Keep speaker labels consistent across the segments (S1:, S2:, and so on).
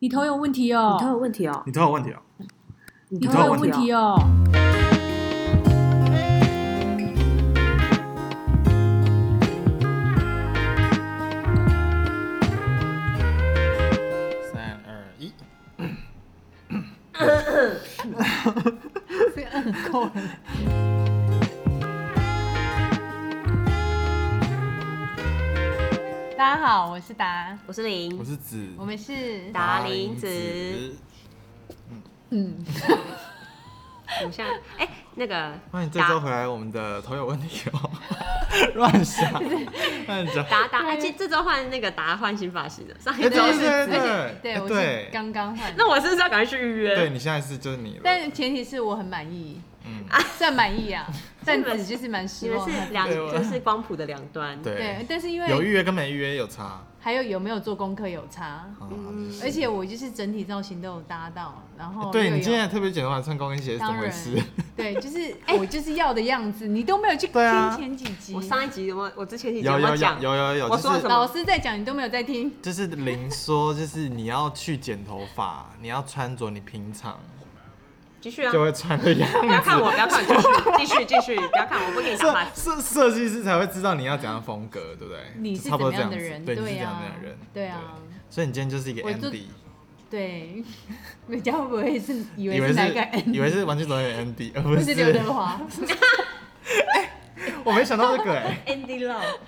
S1: 你头有问题哦，
S2: 你头有问题哦，
S3: 你头有问题啊？
S2: 你
S1: 你
S3: 头
S1: 头有
S3: 有
S1: 问
S3: 问
S1: 题
S2: 哦。
S1: 哦。
S3: 三二一，
S4: 这摁够了。大家好，我是达，
S2: 我是林
S3: 我，是子
S4: 我们是
S2: 达林子
S1: 嗯，
S2: 我们像哎、那个
S3: 欢迎这周回来，我们的头有问题 哦，乱想，乱讲。
S2: 达达，哎、这这周换那个达换新发型了，上一
S3: 哎
S4: 对
S2: 周
S3: 对
S2: 是，
S3: 对对
S4: 而且
S3: 哎
S4: 对，我
S3: 对
S4: 是刚刚换，
S2: 那我是不是要赶快去预约？
S3: 对你现在是就是你了，
S4: 但前提是我很满意，
S3: 嗯，
S4: 算满 意啊，但只就是蛮
S2: 你
S4: 失
S2: 们
S4: 望
S2: 是
S4: 的。
S2: 两，
S3: 对我
S2: 就是光谱的两端。，
S3: 对
S4: 对，，但是因
S3: 有
S4: 为
S3: 预约跟没预约有差，
S4: 还有有没有做功课有差，
S3: 啊
S2: 嗯哦
S3: 就是
S4: 而且我就是整体造型都有搭到，然后
S3: 对
S4: 又
S3: 你
S4: 有
S3: 今天还特别剪头发穿高跟鞋是怎
S4: 当
S3: 么回
S4: 然
S3: 事？
S4: 对， 就是哎我就是要的样子，你都没有去
S3: 对啊
S4: 听前几集，
S2: 我上一集我我之前几集
S3: 有有
S2: 有
S3: 有
S2: 讲，
S3: 有有有，
S2: 我
S3: 就
S2: 说
S3: 是
S2: 什么
S4: 老师在讲，你都没有在听。
S3: 就是林说，就是你要去剪头发，你要穿着你平常
S2: 继续啊，
S3: 就
S2: 不
S3: 会穿的样
S2: 要
S3: 子。
S2: 看我，不要看我，继续继续继续，不要看我，不给你打
S3: 设
S2: 发。
S3: 设设计师才会知道你要怎样风格，对不对？
S4: 你
S3: 就是差
S4: 怎
S3: 不多
S4: 么
S3: 这样
S4: 样
S3: 子
S4: 的人？
S3: 对，你是
S4: 对
S3: 这样的
S4: 啊
S3: 人，，
S4: 对啊，
S3: 所以你今天就是一个
S4: 我就
S3: Andy，
S4: 对。 人家会不会是以
S3: 以
S4: 为
S3: 为
S4: 是哪
S3: 是
S4: 一个 N？
S3: 以为是玩具总动员 Andy，而
S4: 不
S3: 不
S4: 是刘德华？
S3: 我没想到这个 哎，
S2: Andy Love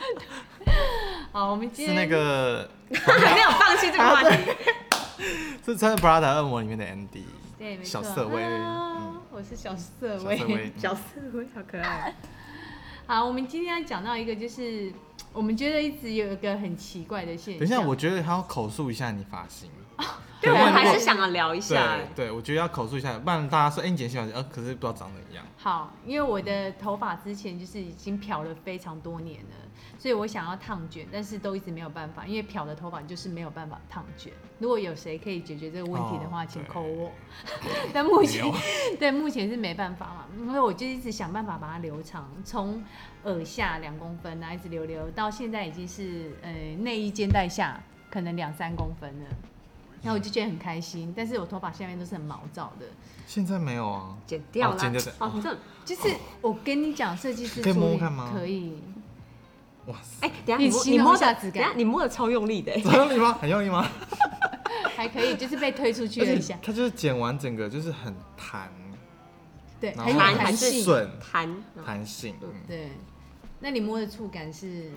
S4: 好，我们今
S3: 是
S4: 天
S3: 那个
S2: 还 没有放弃这个话题，
S3: 是穿 Prada 恶魔里面的 Andy，
S4: 对，没
S3: 小
S4: 错
S3: 色威，
S4: 啊
S3: 嗯，
S4: 我是小色
S3: 小社
S4: 薇。
S3: 会，
S2: 小刺猬好可爱。
S4: 好，我们今天要讲到一个，就是我们觉得一直有一个很奇怪的现象。
S3: 等一下，我觉得他要口述一下你发型。
S2: 对，我
S3: 可能
S2: 还
S3: 如
S2: 是
S3: 果
S2: 想要聊一下
S3: 对。对，我觉得要口述一下，不然大家说，哎、你剪新发型，呃，可是不知道长怎样。
S4: 好，因为我的头发之前就是已经漂了非常多年了，所以我想要烫卷，但是都一直没有办法，因为漂的头发就是没有办法烫卷。如果有谁可以解决这个问题的话，
S3: 哦
S4: 请
S3: 对
S4: 扣 我。但目前
S3: 没有
S4: 对目前是没办法嘛，因为我就一直想办法把它留长，从耳下两公分啊，一直留留到现在已经是呃内衣肩带下可能两三公分了。然后我就觉得很开心，但是我头发下面都是很毛躁的，
S3: 现在没有啊，
S2: 剪掉
S3: 哦
S2: 啦
S3: 剪掉的！
S2: 哦，你这
S4: 就是我跟你讲，设计师
S3: 可以摸摸
S4: 注意
S3: 看吗
S4: 可以，
S3: 哇塞，
S2: 哎，等一下你摸你
S4: 你形容
S2: 摸
S4: 一下
S2: 的，
S4: 质
S2: 等一
S4: 感
S2: 下你摸的超用力的，欸
S3: 很用力吗？很用力吗？
S4: 还可以，就是被推出去了一下
S3: 而且，它就是剪完整个就是很弹，
S4: 对，
S3: 然
S4: 很
S3: 后
S4: 有
S2: 弹
S4: 弹
S3: 很
S4: 性，
S3: 顺
S2: 弹哦
S3: 弹性，嗯，
S4: 对。那你摸的触感是，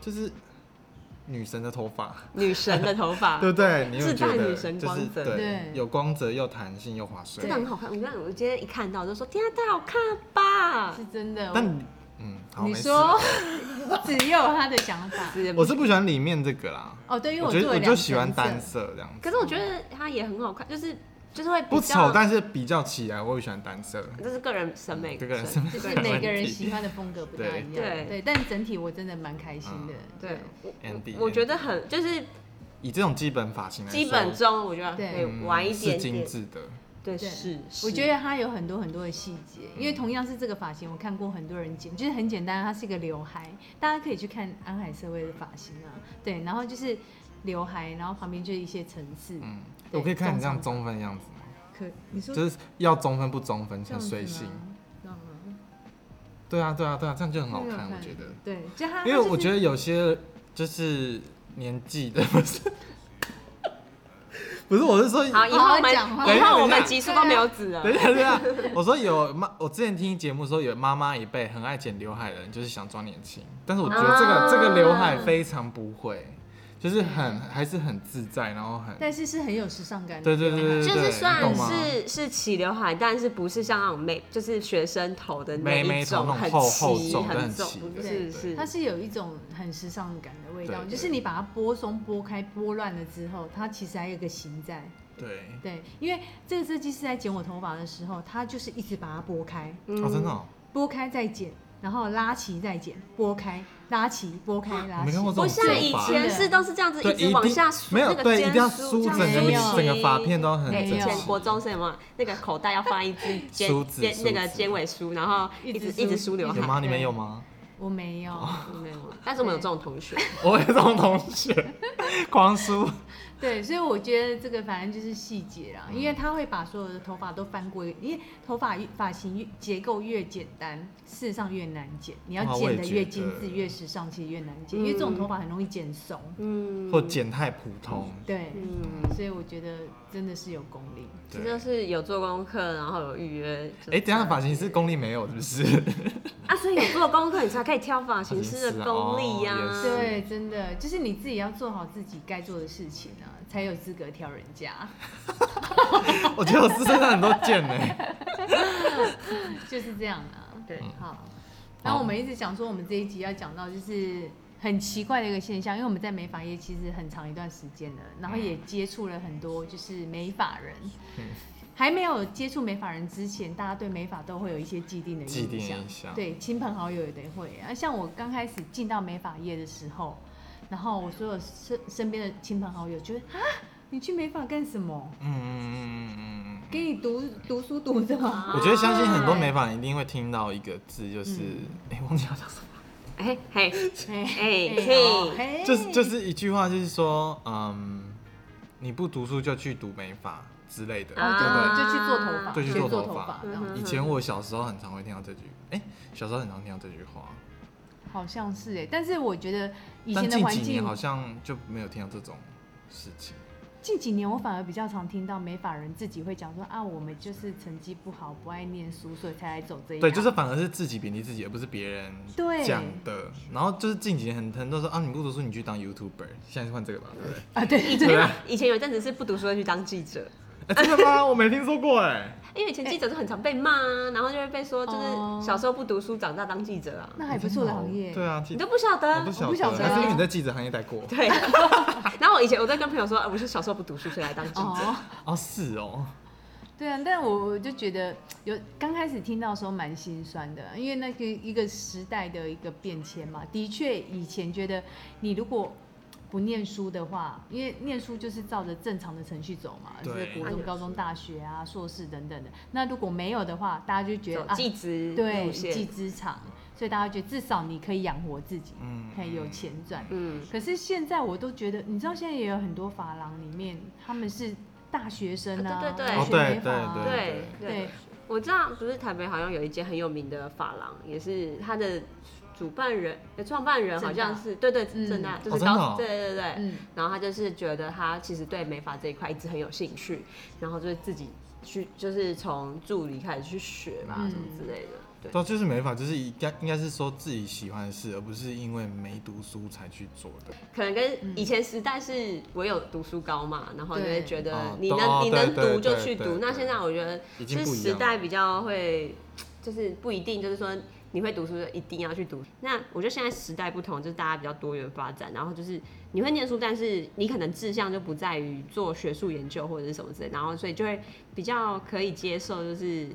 S3: 就是女神的头发，
S2: 女神的头 发，
S3: 对不对？你有
S2: 自
S3: 觉
S2: 带
S3: 得
S2: 女神
S3: 就是
S2: 光泽
S3: 对
S4: 对，
S3: 有光泽又弹性又滑顺
S2: 真的。很好看。我看我今天一看到就说，天啊，太好看了吧！
S4: 是真的。
S3: 但你嗯，好，
S4: 你
S3: 没事
S4: 说，只有他的想法。
S3: 我是不喜欢里面这个啦，
S4: 哦，对，因为
S3: 我
S4: 我
S3: 觉
S4: 做
S3: 得我
S4: 了两
S3: 就
S4: 个
S3: 喜欢
S4: 颜
S3: 单
S4: 色
S3: 色这样子，
S2: 可是我觉得它也很好看，就是就是会比
S3: 不
S2: 较
S3: 丑，但是比较起来，我也喜欢单色。
S2: 这是嗯个人审美，
S3: 这个人审美
S4: 就是 每个人喜欢的风格不大一样。
S2: 对
S4: 对，但整体我真的蛮开心的。
S3: 嗯
S2: 对，
S3: Andy，
S2: 我我觉得很就是
S3: 以这种基本发型来说，
S2: 基本中，我觉得可以
S4: 对
S3: 嗯
S2: 玩一点
S3: 是精
S2: 点，
S3: 致的，
S2: 对
S4: 对
S2: 是，
S4: 我觉
S2: 得
S4: 得它有很多很多的细节，因为同样是这个发型，我看过很多人剪，就是很简单，它是一个刘海，大家可以去看安海社会的发型啊，对，然后就是刘海，然后旁边就是一些层次，
S3: 嗯，
S4: 对
S3: 我可以看你这样中分的样子吗？
S4: 可你说
S3: 就是要中分不中分，
S4: 这
S3: 很
S4: 样子
S3: 随
S4: 吗
S3: 性。
S4: 这样吗
S3: 对啊，对啊，对啊，这样就很好
S4: 这样
S3: 看，
S4: 有
S3: 我觉得。
S4: 对，就 它，
S3: 因为我觉
S4: 得
S3: 得有些就是年纪的，不是，不是，我是说，
S2: 好，以后我们
S4: 好好讲话
S2: 以后我
S3: 等一
S2: 们
S3: 下
S2: 集数都没有纸了
S3: 等一，下，等一下，我说有妈，我之前听节目说有妈妈一辈很爱剪刘海的人，就是想装年轻，但是我觉得这个、
S2: 啊
S3: 这个刘海非常不会，就是很还是很自在，然后很
S4: 但是是很有时尚感的
S3: 对
S4: 刘海，
S3: 对对对对，
S2: 就是虽
S3: 你
S2: 然
S3: 懂吗
S2: 是是齐刘海，但是不是像那种妹，就是学生头的
S3: 妹
S2: 那
S3: 妹
S2: 一
S3: 头那
S2: 种
S3: 种
S2: 很
S3: 厚厚
S2: 齐
S3: 重的很
S2: 重
S3: 齐，的
S2: 是
S4: 对
S2: 是，
S4: 它是有一种很时尚感的味道，
S3: 对
S4: 就是你把它拨松、拨开、拨乱了之后，它其实还有一个形在。
S3: 对，
S4: 对，因为这个设计师在剪我头发的时候，他就是一直把它拨开，
S2: 嗯
S3: 哦，真的哦、
S4: 拨开再剪，然后拉齐再剪，拨开拉齐，拨开
S3: 我
S4: 拉
S3: 啊没
S4: 齐
S3: 看。过这
S2: 不
S3: 种
S2: 像
S3: 做
S2: 以
S3: 法
S2: 前是都是这样子
S3: 对，
S2: 直
S3: 一
S2: 往
S3: 定
S2: 下梳，
S3: 没有
S2: 那个
S3: 对，一
S2: 尖
S3: 定要梳
S2: 梳这
S3: 整个
S2: 样
S4: 没
S2: 子
S4: 有
S3: 整个发片都很
S2: 对，
S3: 整
S4: 没
S2: 以
S4: 有
S2: 前国
S3: 齐。
S2: 中生有没有那个口袋要放一支尖
S3: 梳子
S2: 尖
S3: 梳
S2: 那个
S3: 子
S2: 尖尾梳，然后一
S4: 一
S2: 直
S4: 直
S2: 一直
S4: 梳
S2: 梳刘海嗯
S3: 有？吗？你们
S4: 对
S3: 有吗？
S4: 我没
S3: 哦
S4: 有，
S2: 啊没有，但是我们有这种同学，
S3: 我有这种同学，光梳
S4: 对，所以我觉得这个反正就是细节
S3: 嗯
S4: 啦，因为他会把所有的头发都翻过，因为头发越发型越结构越简单，事实上越难剪。你要
S3: 啊哇我
S4: 剪
S3: 也
S4: 的
S3: 觉
S4: 越
S3: 得嗯
S4: 精致、越时尚，其实越难剪，因为这种头发很容易剪怂。
S2: 嗯，
S3: 或剪太普通，
S4: 对，
S2: 嗯，
S4: 所以我觉得真的是有功力。
S2: 这
S3: 对
S2: 就是有做功课，然后有预约。
S3: 哎、等一下发型师功力没有是不是？
S2: 啊，所以有做功课，你才可以挑发型师的功力呀、
S3: 发型师啊哦也是
S4: 对，真的就是你自己要做好自己该做的事情啊，才有资格挑人家。
S3: 我觉得我是身上很多剑 呢、
S4: 就是这样啊。
S2: 对
S3: 嗯
S4: 好，然后我们一直讲说，我们这一集要讲到就是很奇怪的一个现象，因为我们在美发业其实很长一段时间了，然后也接触了很多就是美发人。
S3: 嗯
S4: 还没有接触美发人之前，大家对美发都会有一些既定的
S3: 既定
S4: 印象，
S3: 印象
S4: 对亲朋好友也得会啊。像我刚开始进到美发业的时候，然后我所有身身边的亲朋好友就会啊，你去美发干什么？
S3: 嗯嗯嗯嗯嗯嗯。
S4: 给你读读书读的吗？
S3: 我觉得相信很多美发人一定会听到一个字，就是
S4: 嗯
S3: 哎、忘记要讲什么，
S2: 哎嘿，
S4: 哎
S2: 嘿
S4: 嘿
S3: 就是就是一句话，就是说，嗯，你不读书就去读美发之类的，
S2: 啊
S4: 哦，
S3: 对不
S4: 就
S3: 对？
S4: 就去做头发，
S3: 对去
S4: 学
S3: 做
S4: 做
S3: 头
S4: 头
S3: 发
S4: 发，然后
S2: 嗯哼
S3: 以前我小时候很常会听到这句，哎、小时候很常听到这句话，
S4: 好像是哎，但是我觉得以
S3: 但
S4: 前的
S3: 近
S4: 环
S3: 几年
S4: 境，
S3: 好像就没有听到这种事情。
S4: 近几年我反而比较常听到美法人自己会讲说啊，我们就是成绩不好，不爱念书，所以才来走这一
S3: 对，
S4: 行
S3: 就是反而是自己贬低自己，而不是别人
S4: 对
S3: 讲的。然后就是近几年很很多人说啊，你不读书你去当 YouTuber，现在换这个吧，对不对？
S4: 啊，对
S2: 以
S4: 对
S2: 前以前有一阵子是不读书的去当记者，
S3: 哎、真的吗？我没听说过哎、
S2: 因为以前记者就很常被骂啊，然后就会被说
S4: 哦
S2: 就
S4: 嗯
S2: 是小时候不读书，长大当记者啊，
S4: 那还不错的行业，
S3: 对啊，
S2: 你
S3: 记
S2: 都不晓
S3: 我
S2: 得
S3: 不。
S4: 我不
S3: 晓
S4: 晓
S3: 得，
S4: 得
S3: 还是因为
S4: 啊
S3: 你在记者行业待过？
S2: 对， 然后我以前我在跟朋友说，啊我是小时候不读书，所以来当记者。
S4: 哦，
S3: 哦，是哦，
S4: 对啊，但我我就觉得有刚开始听到的时候蛮心酸的，因为那个一个时代的一个变迁嘛，的确以前觉得你如果不念书的话，因为念书就是照着正常的程序走嘛，就是
S3: 对
S4: 国中、高中、大学啊、硕士等等的。那如果没有的话，大家就觉得
S2: 走
S4: 啊，
S2: 记职
S4: 对，
S2: 路线
S4: 寄职场，所以大家觉得至少你可以养活自己，
S3: 嗯
S4: 可以有钱赚。
S2: 嗯，
S4: 可是现在我都觉得，你知道现在也有很多发廊里面他们是大学生啊，
S2: 啊对对对
S4: 大
S2: 哦
S4: 学
S3: 对
S4: 美发啊
S3: 嗯对
S2: 对
S4: 对
S2: 对，我知道，不是台北好像有一间很有名的发廊，也是它的主办人、呃创办人好像是对对
S4: 嗯
S2: 正大，就
S3: 哦
S2: 是
S3: 真的
S2: 高、
S3: 哦
S2: 对对对。
S4: 嗯，
S2: 然后他就是觉得他其实对美发这一块一直很有兴趣，然后就是自己去就是从助理开始去学吧，
S4: 嗯
S2: 什么之类的。对，
S3: 对，啊就是美法，就是应该应该是说自己喜欢的事，而不是因为没读书才去做的。
S2: 可能跟以前时代是我有读书高嘛，然后就会
S4: 对
S2: 觉
S3: 哦
S2: 得你
S3: 懂
S2: 能
S3: 哦
S2: 你
S3: 对
S2: 能
S3: 对
S2: 读就
S3: 对
S2: 去
S3: 对
S2: 读。那
S3: 对
S2: 现在我觉得
S3: 已经
S2: 是
S3: 不一样
S2: 时
S3: 了
S2: 代比较会，就是不一定，就是说你会读书就一定要去读。那我觉得现在时代不同，就是大家比较多元发展，然后就是你会念书，但是你可能志向就不在于做学术研究或者是什么之类，然后所以就会比较可以接受，就是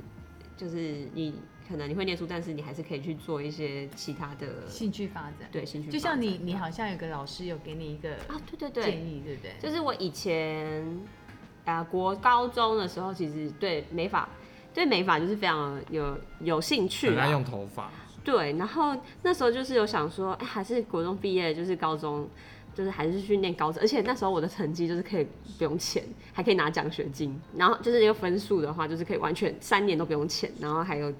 S2: 就是你可能你会念书，但是你还是可以去做一些其他的
S4: 兴趣发展。
S2: 对兴趣发展，
S4: 就像你，你好像有个老师有给你一个
S2: 啊，对对对
S4: 建，议，对不对？
S2: 就是我以前啊、呃国高中的时候，其实对美发对美发就是非常有有兴趣
S4: 啊
S3: 很爱
S2: 啦。
S3: 用头发，
S2: 对，然后那时候就是有想说，哎、还是国中毕业，就是高中。就是还是去念高职，而且那时候我的成绩就是可以不用钱，还可以拿奖学金，然后就是那个分数的话，就是可以完全三年都不用钱，然后还有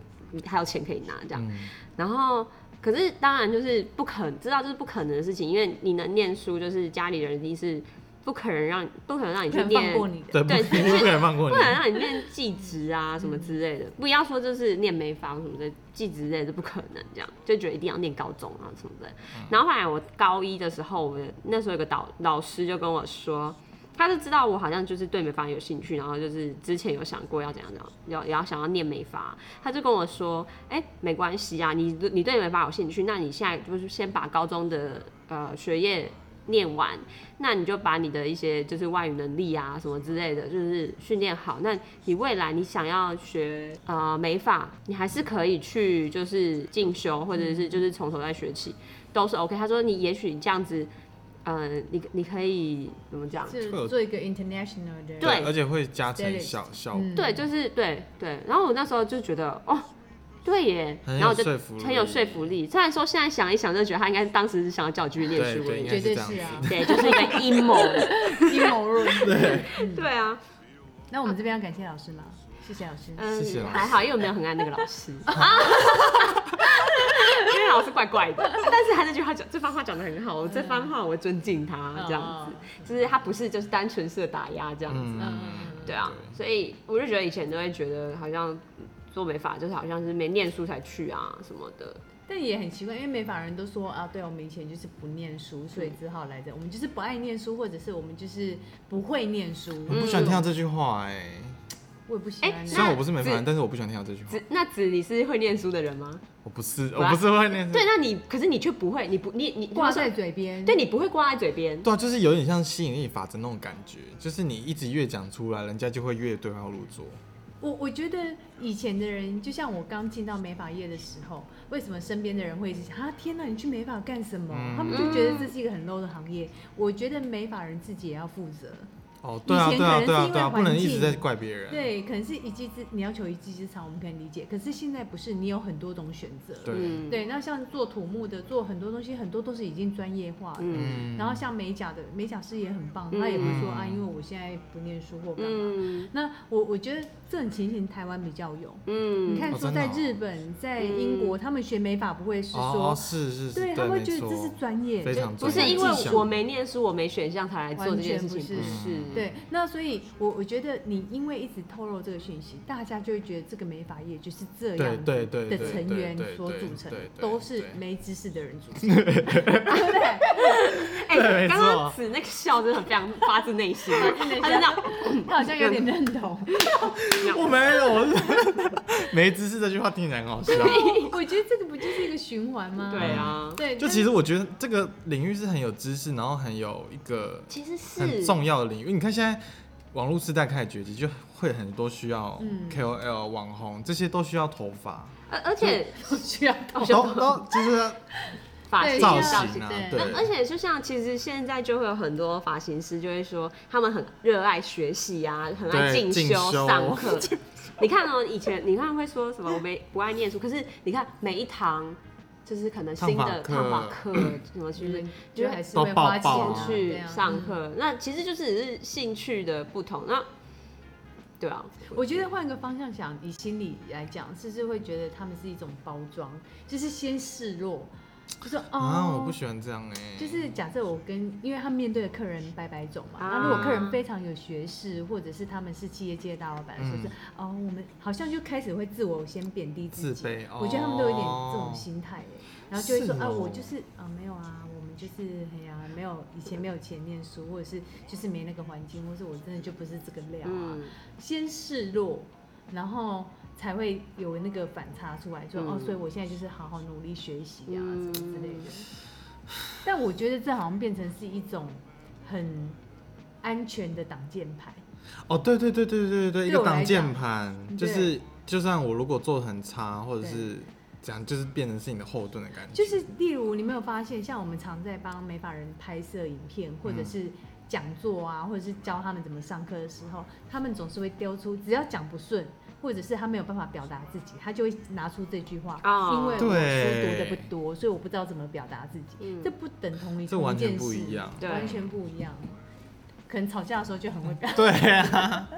S2: 还有钱可以拿这样。
S4: 啊
S3: 嗯，
S2: 然后，可是当然就是不可知道这是不可能的事情，因为你能念书，就是家里人一定是不可能让不可能让你
S4: 不
S2: 去
S4: 能放
S2: 念，
S4: 过你
S3: 对，
S4: 的。
S3: 不
S2: 对
S3: 可能不可能放过
S2: 不
S3: 你
S2: 可。能让你念技职啊什么之类的。不要说就是念美房什么的，技职类的不可能这样，就觉得一定要念高中啊什么的。
S4: 嗯
S2: 然后后来我高一的时候，我们那时候有个导老师就跟我说。他就知道我好像就是对美发有兴趣，然后就是之前有想过要怎样怎样，要也要想要念美发，他就跟我说，哎、没关系啊，你你对美发有兴趣，那你现在就是先把高中的呃学业念完，那你就把你的一些就是外语能力啊什么之类的，就是训练好。那你未来你想要学呃美发，你还是可以去就是进修，或者是就是从头再学起，都是 OK。他说你也许你这样子，呃，你你可以怎么讲？
S4: 就做一个 international 的，
S2: 对
S3: 而且会加成效效果。
S4: 嗯
S2: 对，就是对对。然后我那时候就觉得，哦，对耶，
S3: 很有
S2: 然后我就
S3: 说服力
S2: 很有说服力。虽然说现在想一想，就觉得他应该是当时是想要叫我去念
S3: 对
S2: 书而
S3: 对，
S2: 已
S3: 应，
S4: 觉
S3: 该
S4: 得
S3: 是这样
S4: 是
S3: 子。
S4: 啊
S2: 对，就是一个阴 谋。
S4: 阴谋论。 对，
S2: 对啊，
S4: 那我们这边要感谢老师吗？谢谢老师。
S2: 嗯，
S3: 谢谢老师
S2: 还好，因为我没有很爱那个老 师 啊，因为老师怪怪的。但是他这句话讲，这番话讲的很好，我这番话我尊敬他
S3: 嗯
S2: 这样子，就是他不是就是单纯式的打压这样子，
S4: 嗯
S2: 对啊，所以我就觉得以前都会觉得好像做美发就是好像是没念书才去啊什么的，
S4: 但也很奇怪，因为美法人都说啊，对我们以前就是不念书，
S3: 嗯
S4: 所以只好来这，我们就是不爱念书，或者是我们就是不会念书。
S3: 我不喜欢听到这句话哎、
S4: 我也不喜欢
S2: 哎
S4: 念。
S3: 虽然我不是美凡，但是我不喜欢听到这句话
S2: 子。那子你是会念书的人吗？
S3: 我不是，我不是会念。
S2: 对，那你可是你却不会，你不你你
S4: 嗯挂
S2: 他
S4: 在
S2: 们
S4: 嘴边。
S2: 说对，你不会挂在嘴边，
S3: 对啊，就是有点像吸引力法则那种感觉，就是你一直越讲出来，人家就会越对号入座。
S4: 我我觉得以前的人，就像我刚进到美发业的时候，为什么身边的人会一直想啊，天哪，你去美发干什么？
S3: 嗯
S4: 他们就觉得这是一个很 low 的行业。我觉得美发人自己也要负责。
S3: 哦，对啊，
S4: 以前
S3: 对啊，对啊，
S4: 可能是因为
S3: 对啊，
S4: 环
S3: 不能一直
S4: 境
S3: 在怪别人。
S4: 对，可能是一技之，你要求一技之长，我们可以理解。可是现在不是，你有很多种选择。
S3: 对
S2: 嗯，
S4: 对，那像做土木的，做很多东西，很多都是已经专业化的。
S2: 嗯
S3: 嗯，
S4: 然后像美甲的，美甲师也很棒，他也会说、啊，因为我现在不念书或干嘛。
S2: 嗯
S4: 那我我觉得这种情形台湾比较有，
S2: 嗯，
S4: 你看
S3: 哦
S4: 说
S3: 真的
S4: 在
S3: 哦
S4: 日本、在英国，他们学美法不会是
S3: 哦，
S4: 说，
S3: 是是是，
S4: 对，他会
S3: 没
S4: 觉得
S3: 错
S4: 这是专业。
S3: 非常
S2: 不
S3: 专
S2: 是
S3: 业
S2: 因为
S3: 技巧
S2: 我没念书，我没选项才来做这件事情，
S4: 完全
S2: 不
S4: 不
S2: 是
S4: 是
S3: 嗯
S4: 对，那所以我我觉得你因为一直透露这个讯息，大家就会觉得这个美法业就是这样子
S3: 对对对
S4: 的
S3: 对
S4: 成
S3: 对
S4: 员
S3: 对
S4: 所
S3: 对
S4: 组成
S3: 对，对
S4: 都是
S3: 对
S4: 没知识的 人组成，对不对？
S2: 哎，
S3: 对
S2: 刚
S3: 没
S2: 刚
S3: 错
S2: 子那个笑真的非常发自内心，他
S4: 内
S2: 就
S4: 心
S2: 这样，
S4: 他好像有点认同。
S3: 我没有，我是没知识这句话听起来很好笑。
S4: 我觉得这个不就是一个循环吗？
S2: 对啊，
S4: 对，
S3: 就
S4: 但
S3: 其实我觉得这个领域是很有知识，然后很有一个
S2: 其实是
S3: 很重要的领域。你看现在网络时代开始崛起，就会很多需要
S4: 嗯
S3: KOL、网红，这些都需要头发，
S2: 而而且
S4: 都 需要到
S3: 然后然后就是
S2: 发型
S4: 对
S3: 造
S4: 造
S3: 型啊
S4: 型，对
S3: 对
S2: 而，而且就像其实现在就会有很多发型师就会说，他们很热爱学习啊，很爱
S3: 对
S2: 进
S3: 进
S2: 修
S3: 修
S2: 上课。你看哦、以前你看会说什么我没不爱念书，可是你看每一堂就是可能新的
S3: 烫
S2: 烫
S3: 发
S2: 发
S3: 课
S2: 课什么去
S4: 嗯就还是会
S3: 都爆
S4: 花
S3: 爆
S4: 钱
S3: 啊
S2: 去
S4: 对啊
S2: 上课，那其实就只是兴趣的不同。那对啊，
S4: 我觉得换个方向想，以心理来讲，是不是会觉得他们是一种包装，就是先示弱，就是哦，
S3: 啊，我不喜欢这样哎，
S4: 就是假设我跟，因为他面对的客人百百种嘛，
S2: 啊
S4: 那如果客人非常有学识，或者是他们是企业界大老板，
S3: 嗯
S4: 说是哦，我们好像就开始会自我先贬低
S3: 自
S4: 自己，
S3: 卑。
S4: 我觉得他们都有点
S3: 哦
S4: 这种心态耶，然后就会说
S3: 是
S4: 啊，
S3: 哦
S4: 我就是啊没有啊，我们就是哎呀、没有以前没有钱念书，或者是就是没那个环境，或者是我真的就不是这个料啊，
S2: 嗯，
S4: 先示弱，然后才会有那个反差出来，说、
S2: 嗯
S4: 哦，所以我现在就是好好努力学习啊，
S2: 嗯
S4: 什么之类的。但我觉得这好像变成是一种很安全的挡箭牌，
S3: 哦，对对对对对对，一
S4: 对
S3: 个
S4: 我来
S3: 挡
S4: 讲
S3: 键盘，就是就算我如果做的很差，或者是这样，就是变成是你的后盾的感觉。
S4: 就是例如你没有发现，像我们常在帮美法人拍摄影片，或者
S3: 嗯
S4: 是。讲座啊，或者是教他们怎么上课的时候，他们总是会丢出，只要讲不顺，或者是他没有办法表达自己，他就会拿出这句话，
S2: 哦
S4: 因为我书读的
S3: 对
S4: 不多，所以我不知道怎么表达自己。
S2: 嗯
S4: 这不等同于
S3: 这
S4: 同
S3: 完全
S4: 件
S3: 不
S4: 事
S3: 一样
S2: 对
S4: 完全不一样。可能吵架的时候就很会表达，
S3: 对啊，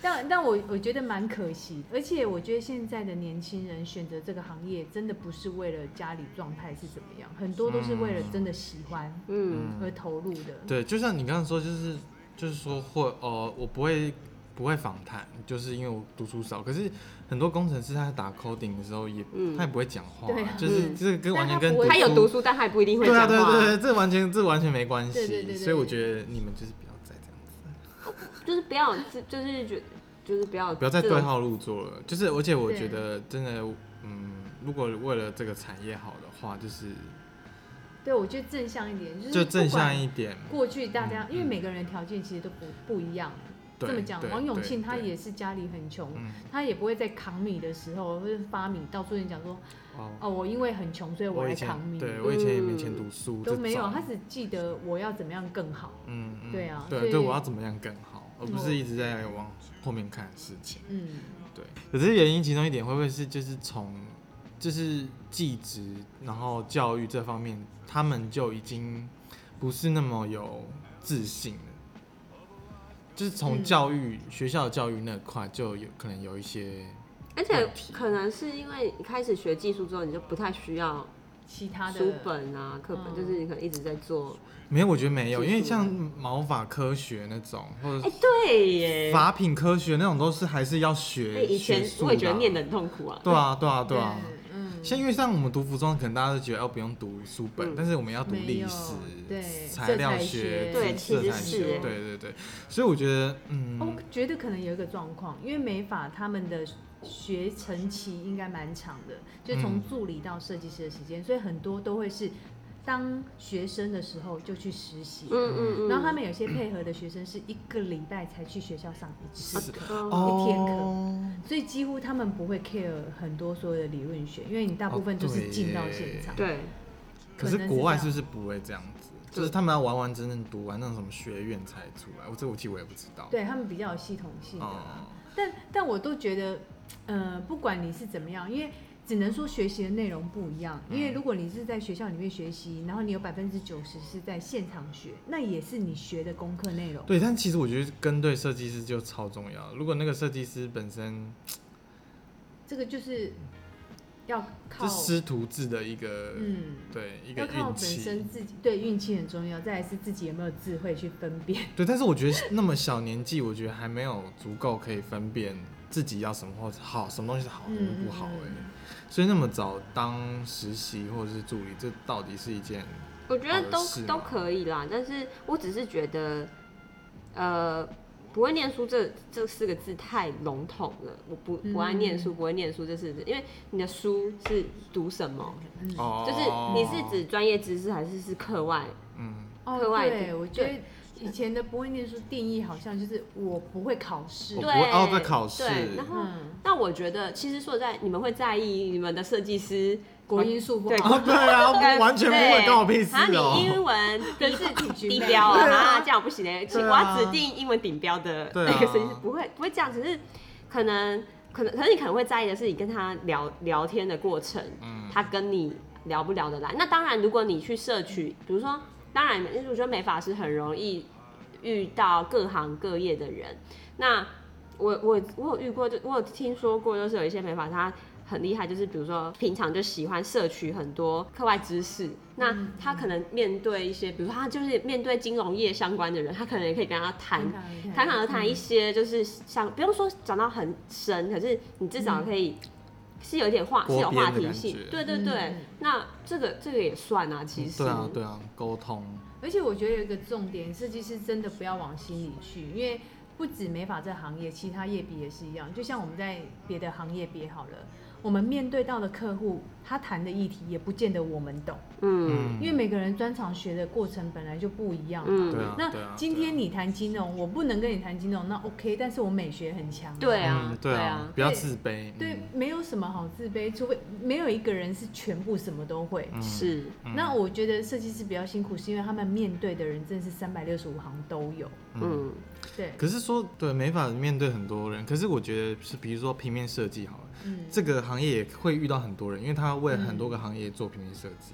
S4: 但但我我觉得蛮可惜，而且我觉得现在的年轻人选择这个行业，真的不是为了家里状态是怎么样，很多都是为了真的喜欢
S2: 嗯
S4: 而投入的。
S3: 对，就像你刚刚说，就是就是说会呃，我不会不会访谈，就是因为我读书少。可是很多工程师他在打 coding 的时候也，
S2: 嗯
S3: 他也不会讲话、
S4: 对啊
S3: 就是
S2: 嗯
S3: 这个跟完全
S4: 但他
S3: 跟
S4: 不会
S2: 他有读
S3: 书，
S2: 书，但他也不一定会
S3: 对
S2: 讲话
S3: 啊
S2: 啊。
S3: 对对对，这完全这完全没关
S4: 对对
S3: 系
S4: 对。对
S3: 所以我觉得你们就是不要再这样子，
S2: 就是不要，就就是觉，就是不要
S3: 不要再
S2: 这
S3: 对
S2: 种
S3: 号入座了。就是而且我
S4: 对
S3: 觉得真的，嗯，如果为了这个产业好的话，就是
S4: 对，我觉得正向一点，就是
S3: 就正
S4: 不管
S3: 向一点。
S4: 过去大家，
S3: 嗯
S4: 因为每个人的条件其实都不不一样。
S3: 对
S4: 这么讲
S3: 对，
S4: 王永
S3: 对
S4: 庆他
S3: 对
S4: 也是家里很穷，
S3: 嗯
S4: 他也不会在扛米的时候或者发米到处人讲说，
S3: 哦，
S4: 哦，我因为很穷，所以我
S3: 我
S4: 来
S3: 以前
S4: 扛米，
S3: 对我以前也没钱
S2: 嗯
S3: 读书，
S4: 都
S3: 这
S4: 没有，
S3: 种
S4: 他只记得我要怎么样更好。
S3: 嗯，嗯
S4: 对啊所
S3: 对
S4: 以
S3: 对，我要怎么样更好？而
S2: 哦
S3: 不是一直在往后面看事情。
S4: 嗯，
S3: 对，可是原因其中一点会不会是就是从就是技职，然后教育这方面，他们就已经不是那么有自信了。就是从
S4: 嗯
S3: 教育、学校的教育那块，就有可能有一些
S2: 而且
S3: 问题
S2: 可能是因为你开始学技术之后，你就不太需要
S4: 其他的
S2: 书本啊、课本，
S4: 嗯
S2: 就是你可能一直在做。
S3: 没有，我觉得没有，
S2: 技术
S3: 因为像毛发科学那种，或者
S2: 哎、对耶！
S3: 法品科学那种，都是还是要
S2: 哎，
S3: 学。
S2: 以前
S3: 学术的啊
S2: 我也觉得念的很痛苦啊。
S3: 对啊，对啊，对啊。，
S4: 嗯，
S3: 像因为像我们读服装，可能大家都觉得哦要不用读书本，
S2: 嗯
S3: 但是我们要读
S4: 没
S3: 历
S4: 有
S3: 史、
S4: 对
S3: 材料
S4: 色彩学
S3: 学、
S2: 对
S3: 色
S2: 其实
S3: 彩
S2: 是
S3: 学，
S2: 欸
S3: 对对对。所以我觉得，
S4: 哦我
S3: 嗯，
S4: 觉得可能有一个状况，因为美发他们的学成期应该蛮长的，就从
S3: 嗯
S4: 助理到设计师的时间，所以很多都会是当学生的时候就去实习。
S2: 嗯嗯嗯。
S4: 然后他们有些配合的学生是一个礼拜才去学校上一次
S3: 是
S4: 课，
S2: 哦
S4: 一天课
S3: 哦
S4: 所以几乎他们不会 care 很多所有的理论学，因为你大部
S3: 哦
S4: 分就是进到现场。
S2: 对，
S3: 可
S4: 可能
S3: 是
S4: 是
S3: 国外
S4: 这样
S3: 是不是不会这样子？就
S2: 对
S3: 是他们要完完整整读完那种什么学院才出来，我这我其实我也不知道。
S4: 对他们比较有系统性的啦。
S3: 哦，
S4: 但但我都觉得，呃，不管你是怎么样，因为只能说学习的内容不一样。因
S3: 嗯
S4: 为如果你是在学校里面学习，然后你有百分之九十是在现场学，那也是你学的功课内容。
S3: 对，但其实我觉得跟对设计师就超重要。如果那个设计师本身
S4: 这个就是要靠
S3: 是师徒制的一个，
S4: 嗯，
S3: 对一个
S4: 要靠
S3: 运
S4: 本
S3: 气
S4: 身，自己对运气很重要，再来是自己有没有智慧去分辨。
S3: 对。但是我觉得那么小年纪，我觉得还没有足够可以分辨自己要什么或好，什么东西是好，什么不
S4: 嗯
S3: 好哎、所以那么早当实习或者是助理，这到底是一件
S2: 我觉得都
S3: 好的事嘛
S2: 都可以啦，但是我只是觉得，呃，不会念书这这四个字太笼统了。我不不爱念书，不会念书，这是因为你的书是读什么？
S4: 嗯，
S3: 哦，
S2: 就是你是指专业知识还是是课外？
S3: 嗯，
S4: 哦，
S2: 课外
S4: 对，
S2: 的
S4: 我觉得以前的不会念书定义好像就是我不会考试
S3: 我。
S2: 对
S3: 不会哦在考试
S2: 对，然后
S4: 嗯，
S2: 那我觉得，其实说实在，你们会在意你们的设计师
S4: 国音数不
S2: 对
S4: 好。
S3: 哦对啊，我完全不会，
S2: 对
S3: 关我屁事
S2: 啊，
S3: 哦、
S2: 你英文
S4: 对
S2: 你是
S4: 举
S2: 低
S4: 妹
S2: 标啊，
S3: 对啊
S2: 啊这样不行的，其
S3: 对
S2: 我
S3: 啊
S2: 要指定英文顶标的
S3: 对啊
S2: 那个设计师，不会不会这样，只是可能可能可能你可能会在意的是你跟他聊聊天的过程，
S3: 嗯
S2: 他跟你聊不聊得来。那当然，如果你去摄取，比如说，当然，我觉得美发师很容易遇到各行各业的人。那我我我有遇过，就我有听说过，就是有一些美发师他很厉害，就是比如说平常就喜欢摄取很多课外知识。那他可能面对一些，比如说他就是面对金融业相关的人，他可能也可以跟他谈侃侃而
S4: 嗯
S2: 谈一些，就是像不用说讲到很深，可是你至少可以是有一点话，是
S3: 锅
S2: 有
S3: 边
S2: 话
S3: 的
S2: 题
S3: 感
S2: 性
S3: 觉。
S2: 对对
S4: 嗯
S2: 对，那这个这个也算啊，其实。
S3: 对啊对啊，沟通
S4: 而且我觉得有一个重点，设计师真的不要往心里去，因为不止美发这行业，其他业别也是一样。就像我们在别的行业别好了，我们面对到的客户，他谈的议题也不见得我们懂，
S2: 嗯，
S4: 因为每个人专长学的过程本来就不一样嘛。
S2: 嗯
S3: 对啊对啊
S4: 那今天你谈金融，我不能跟你谈金融，那 OK，但是我美学很强。
S2: 对啊
S3: 嗯，对啊，不要自卑，
S4: 对
S3: 嗯，
S4: 没有什么好自卑，除非没有一个人是全部什么都会。
S3: 嗯
S2: 是，
S3: 嗯
S4: 那我觉得设计师比较辛苦，是因为他们面对的人真的是三百六十五行都有。
S2: 嗯，
S4: 对，
S3: 可是说对没法面对很多人，可是我觉得是比如说平面设计好了，
S4: 嗯，
S3: 这个行业也会遇到很多人，因为他为很多个行业做平面设计，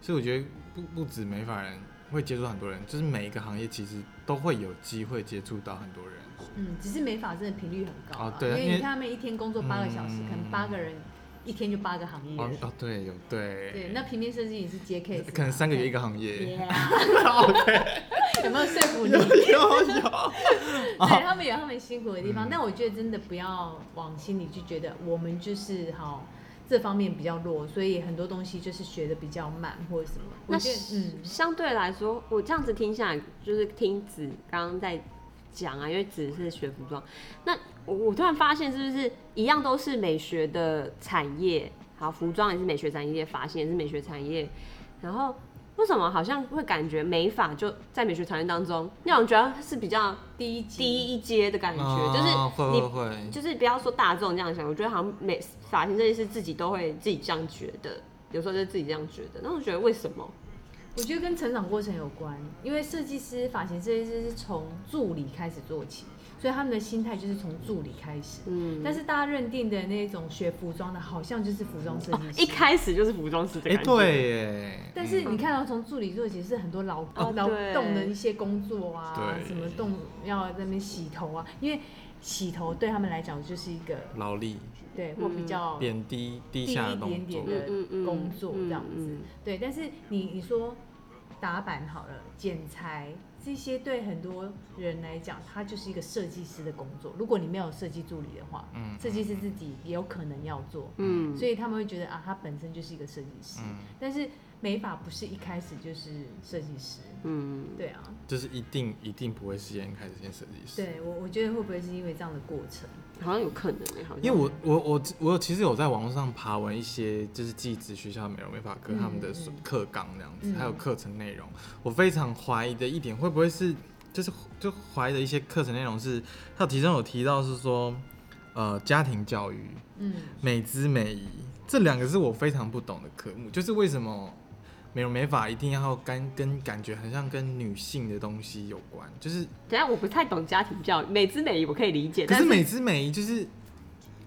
S3: 所以我觉得不不止美法人会接触很多人，就是每一个行业其实都会有机会接触到很多人。
S4: 嗯，只是美发真的频率很高啊
S3: 哦对啊
S4: 因为
S3: 因
S4: 你
S3: 为
S4: 看他们一天工作八个小时，
S3: 嗯
S4: 可能八个人一天就八个行业。
S3: 哦哦，对，有对，
S4: 对，那平面设计也是啊接 case，嘛
S3: 可能三个月一个行业，
S4: 有没有说服你？
S3: 有
S4: 对，
S3: 有有，
S4: 他们有他们辛苦的地方，
S3: 嗯
S4: 但我觉得真的不要往心里去，觉得我们就是好这方面比较弱，所以很多东西就是学的比较慢或者什么。我
S2: 那
S4: 觉得，嗯，
S2: 相对来说，我这样子听下来，就是听子刚刚在讲啊，因为子是学服装，那我我突然发现，是不是一样都是美学的产业？好，服装也是美学产业，发型也是美学产业，然后为什么好像会感觉美发就在美学产业当中，那种觉得是比较
S4: 第一集，一，
S2: 低一哦阶的感觉，
S3: 啊
S2: 就是
S3: 会
S2: 你
S3: 会会，
S2: 就是不要说大众这样想，我觉得好像每发型设计师自己都会自己这样觉得，有时候就自己这样觉得。那我觉得为什么？
S4: 我觉得跟成长过程有关，因为设计师、发型设计师是从助理开始做起，所以他们的心态就是从助理开始。
S2: 嗯，
S4: 但是大家认定的那种学服装的，好像就是服装设
S2: 哦
S4: 计师。
S2: 一开始就是服装师的
S3: 哎、
S2: 感觉，
S3: 对耶，
S4: 但是你
S3: 嗯、
S4: 看到从助理做起是很多劳
S2: 哦
S4: 劳
S2: 对
S4: 动的一些工作啊，
S3: 对
S4: 什么动要在那边洗头啊，因为洗头对他们来讲就是一个
S3: 劳力
S4: 对或比较低
S3: 贬低低
S4: 一
S3: 下的动
S4: 哦点点
S3: 作，
S4: 的
S2: 嗯嗯
S4: 工作这样子。
S2: 嗯嗯
S4: 对，但是你你说打板好了，剪裁这些对很多人来讲，它就是一个设计师的工作。如果你没有设计助理的话，
S3: 嗯，
S4: 设计师自己也有可能要做，
S2: 嗯，
S4: 所以他们会觉得啊，他本身就是一个设计师。
S3: 嗯，
S4: 但是美发不是一开始就是设计师，
S2: 嗯，
S4: 对啊，
S3: 就是一定一定不会是先开始先设计师。
S4: 对我我觉得会不会是因为这样的过程？
S2: 好像有可能欸好像
S3: 因为我我我我有其实有在网络上爬文一些就是技职学校的美容美发科
S4: 嗯
S3: 他们的
S4: 嗯
S3: 课纲这样子，
S4: 嗯
S3: 还有课程内容。我非常怀疑的一点会不会是就是就怀疑的一些课程内容是，它其中有提到是说，呃，家庭教育、
S4: 嗯，
S3: 美姿美仪这两个是我非常不懂的科目，就是为什么美容美发一定要跟跟感觉很像跟女性的东西有关，就是
S2: 等一下我不太懂家庭教育，美姿美仪我可以理解，
S3: 可
S2: 但
S3: 是美姿美仪就是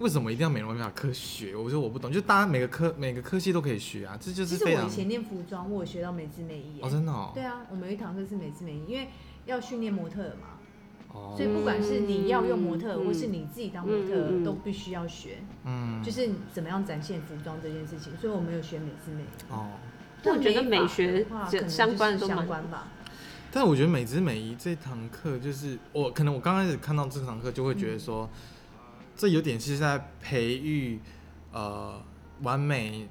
S3: 为什么一定要美容美发科学？我说我不懂，就大家每个科每个科系都可以学啊，这就
S4: 其
S3: 是
S4: 实
S3: 非
S4: 我
S3: 常
S4: 以前念服装，我有学到美姿美仪耶、
S3: 哦，真的哦，
S4: 对啊，我们有一堂课是美姿美仪，因为要训练模特儿嘛。
S3: 哦
S4: 所以不管是你要用模特，
S2: 嗯
S4: 或是你自己当模特，
S2: 嗯嗯嗯
S4: 都必须要学，
S3: 嗯
S4: 就是你怎么样展现服装这件事情。所以我没有学美姿美仪，
S3: 哦，
S2: 但我觉得美学
S4: 那美发的话
S2: 这
S4: 可能
S2: 相关的
S4: 就是
S2: 都蛮
S4: 相关吧。
S3: 但我觉得美姿美仪这堂课就是我可能我刚开始看到这堂课就会觉
S4: 嗯
S3: 得说，这有点是在培育呃完美。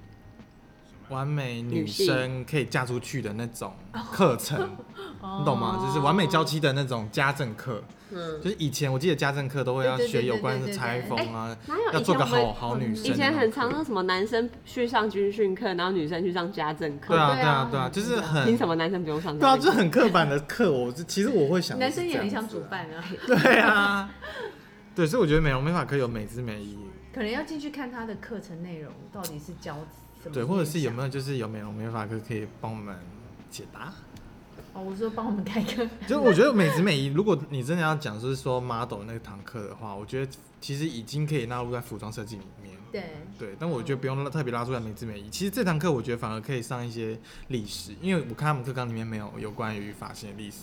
S3: 完美女
S2: 女性
S3: 生可以嫁出去的那种课程，
S4: 哦
S3: 你懂吗？就是完美娇妻的那种家政课，
S2: 嗯，
S3: 就是以前我记得家政课都会要
S4: 对对对
S3: 学有关
S4: 对
S3: 的
S4: 对对
S3: 裁缝啊，
S2: 哪有
S3: 要
S2: 以
S3: 做
S2: 前
S3: 个
S2: 我
S3: 好
S2: 们
S3: 好女生。啊
S2: 以前很常说什么男生去上军训课，然后女生去上家政课，
S3: 对啊
S4: 对
S3: 对
S4: 啊
S3: 啊对啊，就是
S2: 凭
S3: 很
S2: 什么男生不用上
S3: 对啊，
S2: 家
S3: 就是
S2: 政课？
S3: 很刻板的课。我是其实我会想，
S4: 男生也很想主，办啊，
S3: 对啊，对，所以我觉得美容美发课有美姿美仪，
S4: 可能要进去看他的课程内容到底是教什么面向，
S3: 对，或者是有没
S4: 有？
S3: 有就是有美容美发课可以帮我们解答。
S4: 哦，我说帮我们开课，
S3: 就我觉得美姿美仪，如果你真的要讲就是说 model 那堂课的话，我觉得其实已经可以纳入在服装设计里面。
S4: 对，
S3: 对，但我觉
S4: 嗯
S3: 得不用拉特别拉出来美姿美仪。其实这堂课我觉得反而可以上一些历史，因为我看他们课纲里面没有有关于发型的历史。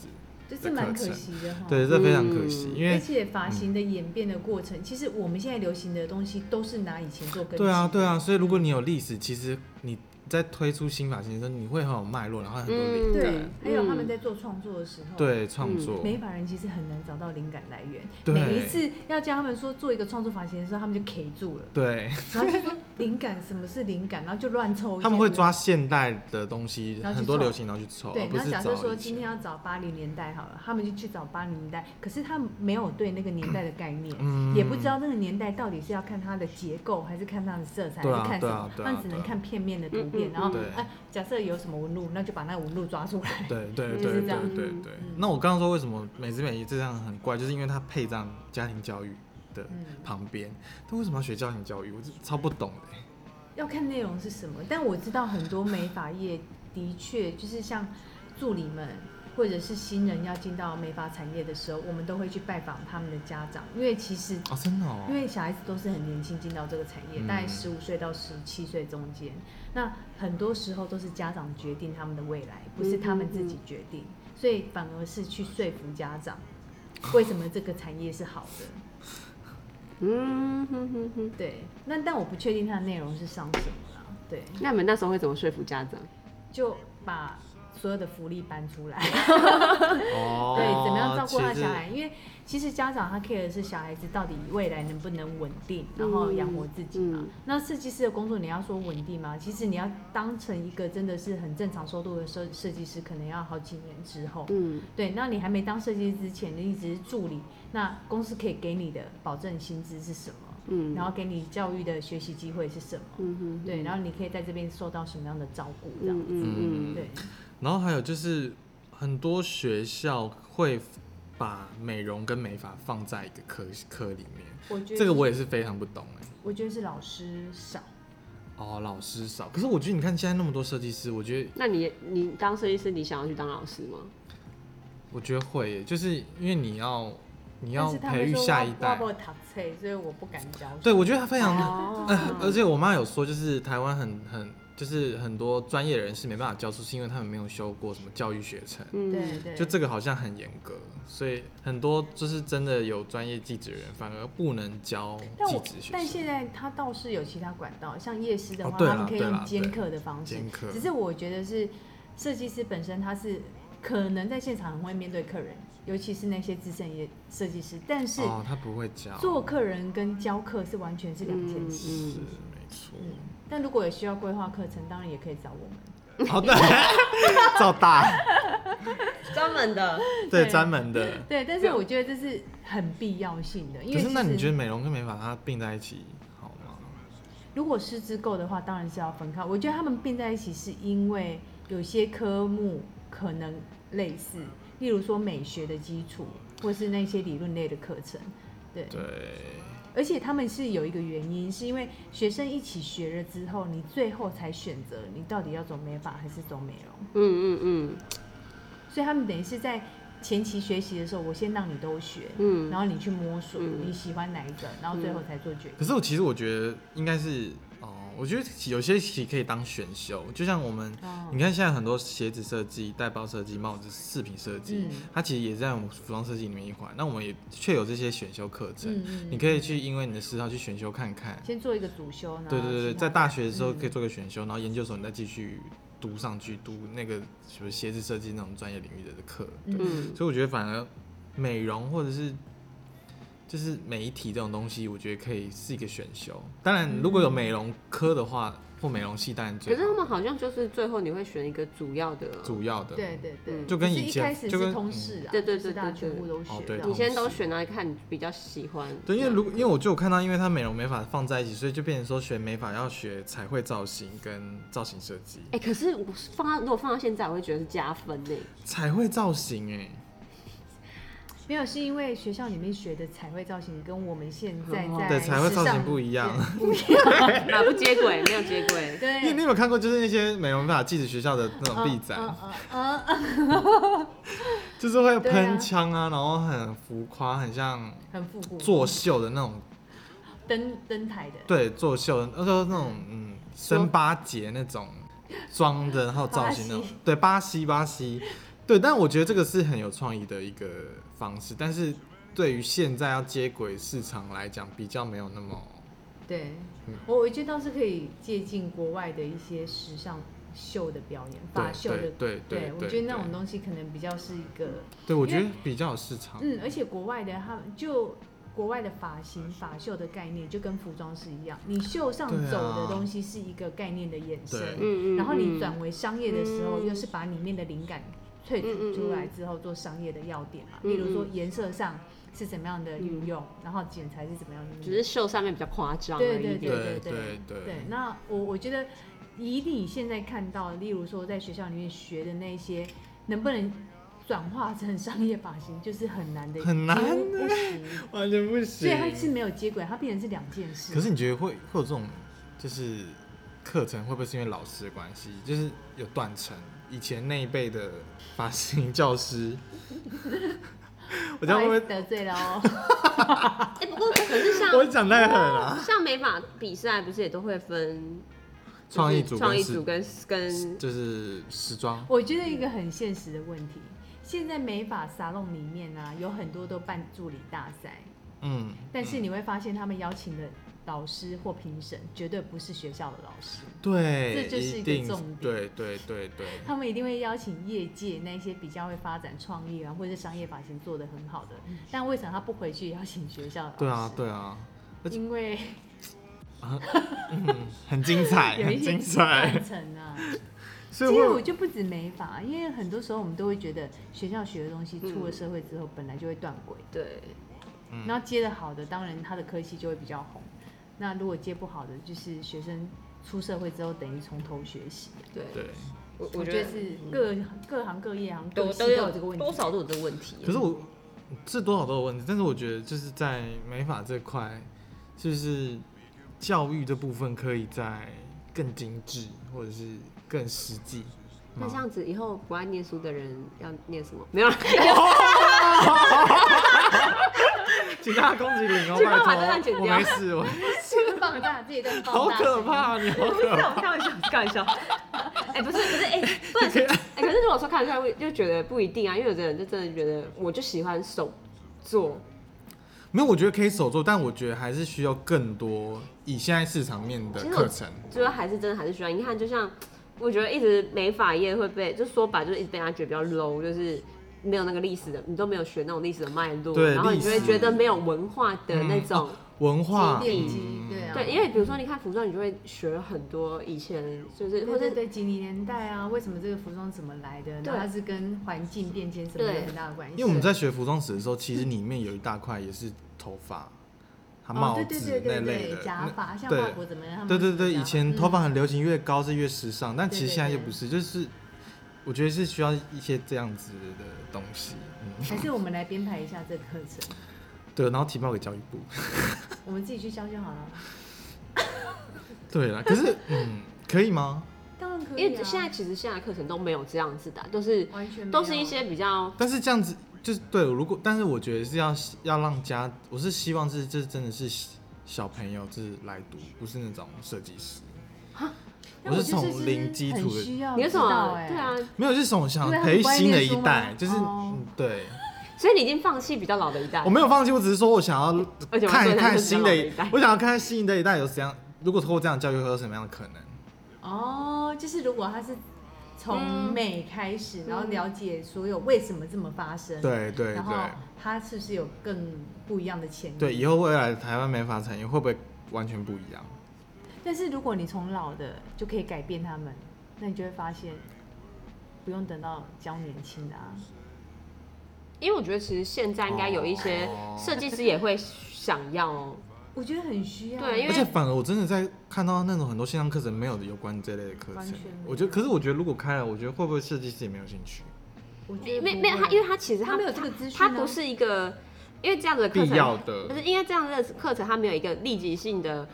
S4: 就是蛮可惜的哈。
S3: 对，这非常可惜，
S2: 嗯
S3: 因
S4: 而
S3: 为
S4: 且发型的演变的过程，其实我们现在流行的东西都是拿以前做根基。
S3: 对啊，
S2: 嗯
S3: 对
S4: 嗯
S3: 啊，所以如果你有历史，其实你在推出新发型的时候，你会很有脉络，然后很多灵感。
S4: 嗯对，哦嗯还有他们
S2: 嗯
S4: 在做创作的时候，
S3: 对，创作、
S4: 美发人其实很难找到灵感来源，
S3: 对
S4: 每一次要叫他们说做一个创作发型的时候，他们就 K 住了，
S3: 对，
S4: 然后就说灵感什么是灵感，然后就乱抽一些。
S3: 他们会抓现代的东西，
S4: 然后去
S3: 很多
S4: 凑
S3: 流行然后去凑，
S4: 对
S3: 而，不
S4: 然
S3: 是
S4: 后假设
S3: 找
S4: 说
S3: 以
S4: 今天
S3: 前。
S4: 要找八零年代好了，他们就去找八零年代，可是他们没有对那个年代的概念，
S3: 嗯
S4: 也不知道那个年代到底是要看它的结构，还是看它的色彩，
S3: 对啊
S4: 还是看什
S3: 对
S4: 么
S3: 啊，对啊
S4: 那只能看片面的图
S2: 嗯
S4: 片
S2: 嗯，
S4: 然后
S3: 对
S4: 哎，假设有什么纹路，那就把那个纹路抓出来。
S3: 对对
S2: 嗯
S3: 对
S4: 就是
S3: 对
S4: 这样
S3: 对对
S2: 嗯
S3: 对。那我刚刚说为什么美姿美仪这样很怪，就是因为它配上家庭教育的
S4: 嗯
S3: 旁边，他为什么要学家庭教育？我是超不懂的欸、
S4: 要看内容是什么，但我知道很多美发业的确就是像助理们或者是新人要进到美发产业的时候，我们都会去拜访他们的家长，因为其实
S3: 哦，真的哦。
S4: 因为小孩子都是很年轻进到这个产业，
S3: 嗯
S4: 大概十五岁到十七岁中间，那很多时候都是家长决定他们的未来，不是他们自己决
S3: 嗯
S4: 定，所以反而是去说服家长为什么这个产业是好的。
S2: 嗯哼哼哼，
S4: 对，那但我不确定它的内容是上什么啦。对，
S2: 那你们那时候会怎么说服家长？
S4: 就把所有的福利搬出来，
S3: 哦
S4: 对，怎么样照顾他
S3: 其实
S4: 小孩？因为其实家长他 care 的是小孩子到底未来能不能稳定，然后养活自己嘛。
S2: 嗯
S4: 那设计师的工作你要说稳定吗？其实你要当成一个真的是很正常收入的设设计师，可能要好几年之后。
S2: 嗯，
S4: 对，那你还没当设计师之前，你只是助理，那公司可以给你的保证薪资是什么？
S2: 嗯
S4: 然后给你教育的学习机会是什么？
S2: 嗯哼，
S4: 对，然后你可以在这边受到什么样的照顾？这样
S2: 嗯
S4: 子，
S2: 嗯嗯，
S4: 对。
S3: 然后还有就是，很多学校会把美容跟美发放在一个科科里面，
S4: 我觉得
S3: 这个我也是非常不懂哎、
S4: 我觉得是老师少，
S3: 哦，老师少。可是我觉得你看现在那么多设计师，我觉得
S2: 那你你当设计师，你想要去当老师吗？
S3: 我觉得会耶，就是因为你要你
S4: 你
S3: 要培育下一代。
S4: 我读册，所以我不敢教。
S3: 对，我觉得他非 常
S2: 哦
S4: 嗯
S3: 呃，而且我妈有说，就是台湾很很，就是很多专业人士没办法教书，是因为他们没有修过什么教育学程，
S2: 嗯
S4: 对对，
S3: 就这个好像很严格，所以很多就是真的有专业技职的人反而不能教
S4: 但
S3: 技
S4: 我
S3: 职学
S4: 但
S3: 生。
S4: 现在它倒是有其他管道，像夜市的
S3: 哦
S4: 话，
S3: 对
S4: 他
S3: 啦
S4: 们可以
S3: 对啦
S4: 用兼
S3: 对
S4: 课的方式
S3: 兼。课
S4: 只是我觉得是设计师本身他是可能在现场很会面对客人，尤其是那些资深业设计师，但是
S3: 哦，他不会教，
S4: 做客人跟教课是完全是两件事。
S3: 是
S2: 嗯，
S3: 没错。
S4: 但如果有需要规划课程，当然也可以找我们。
S3: 好的，照大，
S2: 专门的，
S3: 对
S4: 对
S3: 专门的。
S4: 对，但是我觉得这是很必要性的， 因
S3: 可
S4: 为
S3: 是那
S4: 其实嗯
S3: 你觉得美容跟美发它并在一起好吗？
S4: 如果师资够的话，当然是要分开。我觉得他们并在一起是因为有些科目可能类似，例如说美学的基础，或是那些理论类的课程。对，
S3: 对，
S4: 而且他们是有一个原因，是因为学生一起学了之后，你最后才选择你到底要走美发还是走美容，
S2: 嗯嗯嗯
S4: 所以他们等于是在前期学习的时候，我先让你都学，
S2: 嗯
S4: 然后你去摸索
S2: 嗯
S4: 你喜欢哪一个，然后最后才做决定。
S3: 可是我其实我觉得应该是哦，我觉得有些其实可以当选修，就像我们。
S2: 嗯
S4: 哦
S3: 你看现在很多鞋子设计、带包设计、帽子、饰品设计，
S4: 嗯
S3: 它其实也在我们服装设计里面一环。那我们也确有这些选修课程，
S4: 嗯嗯
S3: 你可以去因为你的嗜好去选修看看。
S4: 先做一个主修，然后
S3: 对对对
S4: 其
S3: 对，
S4: 他
S3: 在
S4: 的
S3: 大学的时候
S4: 嗯
S3: 可以做个选修，然后研究所你再继续读上去，读那个什么鞋子设计那种专业领域的课。对，
S2: 嗯，
S3: 所以我觉得反而美容或者是就是媒体这种东西，我觉得可以是一个选修。当然，如果有美容科的话，或美容系当然
S2: 可
S3: 最
S2: 是他
S3: 好
S2: 们好像就是最后你会选一个主要的，
S3: 主要的。
S4: 对对对，
S2: 嗯
S3: 就跟
S4: 只是
S3: 以
S4: 一
S3: 前
S4: 开始
S3: 就跟
S4: 是通识啊，
S2: 嗯对对对
S4: 就是大家全部都
S3: 哦
S4: 学
S3: 对
S4: 到
S2: 你。先都选哪一看比较喜欢？
S3: 对，因
S4: 啊
S3: 为如因为我就有看到，因为它美容美发放在一起，所以就变成说学美发要学彩绘造型跟造型设计。
S2: 哎、可是我放到如果放到现在，我会觉得是加分呢。
S3: 彩绘造型哎、
S4: 没有，是因为学校里面学的彩绘造型跟我们现在
S2: 哦
S4: 在
S3: 对彩绘
S4: 时
S3: 造型
S4: 尚
S3: 不一样，
S4: 不一样。
S2: 啊，不接轨，没有接轨。
S3: 你你
S4: 对，
S3: 有没有看过就是那些美容美发技职学校的那种
S4: 嗯
S3: 壁展，
S4: 嗯嗯嗯，
S3: 就是会
S4: 对啊
S3: 喷枪啊，然后很浮夸，很像
S4: 很复古，
S3: 作秀的那种
S4: 登登台的。
S3: 对，作秀，那时候那种嗯，森巴节那种装的，然后造型那种
S4: 巴西，
S3: 对，巴西巴西，对，但我觉得这个是很有创意的一个方式，但是对于现在要接轨市场来讲，比较没有那么
S4: 对
S3: 嗯，
S4: 我我觉得倒是可以借鉴国外的一些时尚秀的表演，
S3: 对
S4: 发秀的。
S3: 对对，
S4: 我觉得那种
S3: 对，
S4: 东西可能比较是一个，
S3: 对我
S4: 因
S3: 觉
S4: 为
S3: 得比较有市场，
S4: 嗯，而且国外的他们就国外的发型发秀的概念就跟服装是一样，你秀上
S3: 对啊
S4: 走的东西是一个概念的衍生，
S3: 对
S2: 嗯嗯。
S4: 然后你
S2: 嗯
S4: 转为商业的时候，
S2: 嗯
S4: 又是把里面的灵感萃取出来之后做商业的要点嘛，
S2: 嗯
S4: 例如说颜色上是怎么样的运用，然后剪裁是怎么样的运
S2: 嗯只
S4: 用。
S2: 是秀上面比较夸张而
S4: 对
S2: 已
S4: 对
S2: 点。
S3: 对
S4: 对
S3: 对
S4: 对
S3: 对
S4: 那我我觉得以你现在看到，例如说在学校里面学的那些，能不能转化成商业发型，就是很难的，
S3: 很难
S4: 几乎不行。
S3: 完全不
S4: 所
S3: 行
S4: 以它是没有接轨，它变成是两件事。
S3: 可是你觉得会会有这种就是课程会不会是因为老师的关系，就是有断层？以前那一辈的发型 教 师，我
S4: 不
S3: 这样
S4: 好
S3: 会
S4: 意
S3: 不会
S4: 思得罪了哦。
S2: 哎、不过可是像
S3: 我讲太狠了。
S2: 像美发比赛不是也都会分就是
S3: 创意组跟
S2: 创意
S3: 实
S2: 组跟跟
S3: 就是时装，
S4: 我觉得一个很现实的问题，现在美发沙龙里面呢、有很多都办助理大赛，
S3: 嗯，
S4: 但是你会发现他们邀请的老师或评审
S3: 嗯
S4: 绝对不是学校的老师，
S3: 对，
S4: 这就是
S3: 一
S4: 一个
S3: 定
S4: 重点
S3: 对对对对，
S4: 他们一定会邀请业界那些比较会发展创意啊，或者是商业发型做得很好的。但为什么他不回去邀请学校的老师？
S3: 嗯对啊，对啊，而且
S4: 因为
S3: 很精彩，
S4: 有一
S3: 很
S4: 些
S3: 精彩
S4: 断。层啊。
S3: 所以
S4: 其实
S3: 我
S4: 我就不止美发，因为很多时候我们都会觉得学校学的东西出了社会之后本来就会断轨，
S2: 对
S3: 嗯
S4: 然后接的好的，当然他的科系就会比较红。那如果接不好的，就是学生出社会之后等于从头学习。
S2: 对，
S3: 对，
S2: 我
S4: 我
S2: 我
S4: 觉
S2: 觉
S4: 得
S2: 得嗯
S4: 是各、各行各业好像
S2: 都
S4: 各系
S2: 都
S4: 都有
S2: 有
S4: 这个问题
S2: 多。 少都有这个问题。啊
S3: 可是我是多少都有问题，但是我觉得就是在美发这块，就是教育这部分可以在更精致，或者是更实际吗？
S2: 那这样子以后不爱念书的人要念什么？没有啦，
S3: 请大家攻击零 哦，
S2: 请
S3: 拜
S2: 帮我把这段剪
S3: 托，我
S2: 掉
S3: 没事，我
S4: 放大这一段
S3: 好
S4: 放大，
S3: 可怕，你好可 怕。
S2: 开玩笑，开玩笑。哎、不是，不 是，哎、不能说，哎、可是如果说开玩笑，我就觉得不一定啊，因为有的人就真的觉得，我就喜欢手做，
S3: 没有，我觉得可以手做，但我觉得还是需要更多以现在市场面的
S2: 其实我
S3: 课程。
S2: 就是还是真的还是喜欢。你看，就像我觉得一直美发业会被，就说白就是一直被人家觉得比较 low，就是没有那个历史的，你都没有学那种历史的脉络，
S3: 对
S2: 然后你
S3: 历
S2: 就
S3: 史
S2: 会觉得没有文化的那
S3: 嗯
S2: 种。
S3: 文化
S4: 积淀机对啊
S2: 对，因为比如说你看服装，你就会学很多以前就是或
S4: 对对
S2: 者
S4: 对，几零年代啊，为什么这个服装怎么来的？然
S2: 对
S4: 后它是跟环境变迁什么有
S2: 对
S4: 很大的关系。哦
S3: 因为我们在学服装史的时候，其实里面有一大块也是头发、它帽
S4: 哦、对对
S3: 子那
S4: 对对
S3: 类
S4: 对
S3: 的，
S4: 假
S3: 那
S4: 发，像
S3: 对
S4: 法国怎么样？他们
S3: 对对
S4: 是怎么
S3: 对，
S4: 样
S3: 以前
S4: 嗯
S3: 头发很流行，越高是越时尚，但
S4: 对
S3: 其实
S4: 对
S3: 现在就
S4: 对
S3: 不是，就是我觉得是需要一些这样子的东西。嗯，
S4: 还是我们来编排一下这个课程，
S3: 对，然后提报给教育部。
S4: 我们自己去教就好了。
S3: 对啦，可是嗯，可以吗？
S4: 当然可以、啊，
S2: 因为现在其实现在的课程都没有这样子的啊，都是
S4: 完全没有哦
S2: 都是一些比较
S3: 但是这样子就是对，如果但是我觉得是要要让家，我是希望是这真的是小朋友就是来读，不是那种设计师。
S4: 但我
S3: 是
S4: 觉得这
S3: 从零基
S4: 很
S3: 础的，
S4: 需要
S2: 你有什
S4: 知道
S2: 么
S4: 哎、
S2: 对啊，
S3: 没有就是从想
S4: 因为他
S3: 培
S4: 不爱
S3: 新的
S4: 念
S3: 一
S4: 书
S3: 代，
S4: 吗
S3: 就是、
S4: 哦
S3: 嗯对，
S2: 所以你已经放弃比较老的一代
S3: 我，没有放弃，我只是说我想
S2: 而
S3: 要
S2: 且我
S3: 看
S2: 们
S3: 一看新的
S2: 最大的一代
S3: 我想要看看新的一代有怎样，如果通过这样的教育会有什么样的可能？
S4: 哦，就是如果他是从
S2: 嗯
S4: 美开始，然后了解所有为什么这么发生，，
S3: 对对
S4: 然后
S3: 对
S4: 他是不是有更不一样的潜力？
S3: 对，以后未来台湾美发产业会不会完全不一样？
S4: 但是如果你从老的就可以改变他们，那你就会发现，不用等到教年轻的啊。
S2: 因为我觉得其实现在应该有一些
S3: 哦
S2: 设计师也会想要哦，
S4: 我觉得很需要。
S2: 对因为
S3: 而且反而我真的在看到那种很多线上课程没有有关这类的课
S4: 完
S3: 程
S4: 全没，有
S3: 我觉得，可是我觉得如果开了，我觉得会不会设计师也没有兴趣？
S4: 我觉
S2: 没没
S4: 得不
S2: 没有
S4: 会
S2: 他，因为他其实他
S4: 他没有这个资讯、
S2: 它
S4: 啊，
S2: 不是一个，因为这样子的课程
S3: 必要的
S2: 不是因为这样子的课程，它没有一个立即性的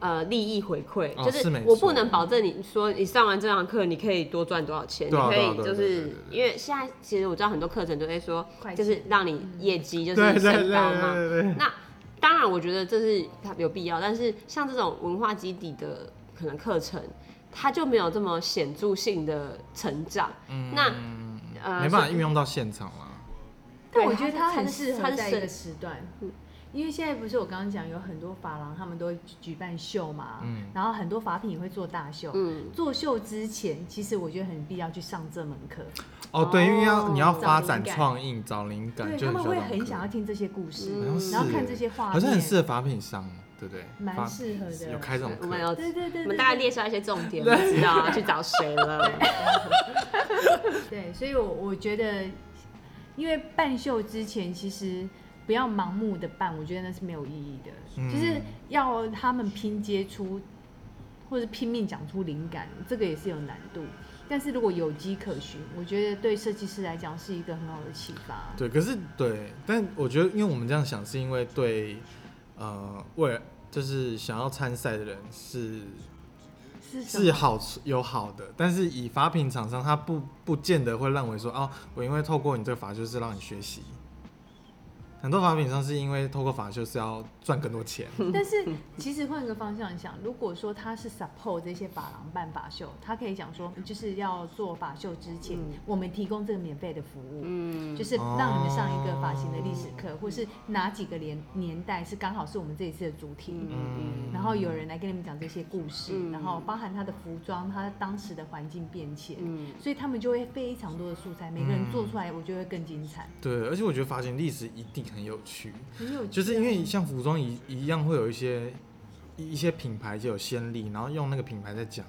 S2: 呃利益回馈，
S3: 哦
S2: 就是
S3: 没
S2: 我
S3: 错
S2: 不能保证你说你上完这堂课你可以多赚多少钱，
S3: 对啊
S2: 你可
S3: 对啊
S2: 以
S3: 对啊
S2: 就
S3: 对
S2: 是
S3: 对对
S2: 因为现在其实我知道很多课程都会说
S4: 快，捷
S2: 就是让你业绩就
S3: 对
S2: 是
S3: 对对
S2: 升高嘛，
S3: 对对，
S2: 那当然，我觉得这是它有必要，但是像这种文化基底的可能课程，它就没有这么显著性的成长。
S3: 嗯
S2: 那呃，
S3: 没办法
S2: 所以
S3: 运用到现场啦。
S4: 但
S2: 对
S4: 我觉得
S2: 它
S4: 它
S2: 是
S4: 很适
S2: 它
S4: 合
S2: 是
S4: 在一个
S2: 省
S4: 时段
S2: 嗯，
S4: 因为现在不是我刚刚讲有很多发廊他们都会举举办秀嘛，
S3: 嗯
S4: 然后很多法品也会做大秀。
S2: 嗯，
S4: 做秀之前，其实我觉得很必要去上这门课，
S3: 哦，对，因为要你要
S4: 哦
S3: 发
S4: 找
S3: 展
S4: 灵感
S3: 创意，找灵感，
S4: 对
S3: 就
S4: 他们
S3: 需要
S4: 会
S3: 这种
S4: 很
S3: 课
S4: 想要听这些故事，
S3: 好像
S2: 嗯
S3: 是
S4: 然后看
S3: 欸
S4: 这些画面，
S3: 好像很适合法品商，对不对？
S4: 蛮
S3: 法
S4: 适合的
S3: 有开这种
S2: 我们
S3: 课，
S2: 有
S4: 对对对对，
S2: 我们大概列出来一些重点，我们知道啊去找谁了。
S4: 对，所以我我觉得，因为办秀之前其实不要盲目的办，我觉得那是没有意义的，
S3: 嗯
S4: 就是要他们拼接出或者拼命讲出灵感，这个也是有难度。但是如果有迹可循，我觉得对设计师来讲是一个很好的启发。
S3: 对，可是对，但我觉得，因为我们这样想，是因为对，呃，为了就是想要参赛的人是
S4: 是什
S3: 是
S4: 么？
S3: 好处有好的，但是以法品厂商，他不不见得会认为说，哦，我因为透过你这个法就是让你学习。很多法品商是因为透过法修是要赚更多钱，
S4: 但是其实换个方向想，如果说他是 support 这些发廊办法秀，他可以讲说，就是要做法秀之前，
S2: 嗯
S4: 我们提供这个免费的服务。
S2: 嗯哦
S4: 就，是让你们上一个发型的历史课，或是哪几个年年代是刚好是我们这一次的主题，
S3: 嗯
S4: 然后有人来跟你们讲这些故事，
S2: 嗯
S4: 然后包含他的服装，他当时的环境变迁，
S2: 嗯
S4: 所以他们就会非常多的素材，每个人做出来，我觉得会更精彩，
S2: 嗯
S3: 对，而且我觉得发型历史一定很有趣，
S4: 很有趣啊。
S3: 就是因为像服装一一样会有一些一一些品牌就有先例，然后用那个品牌在讲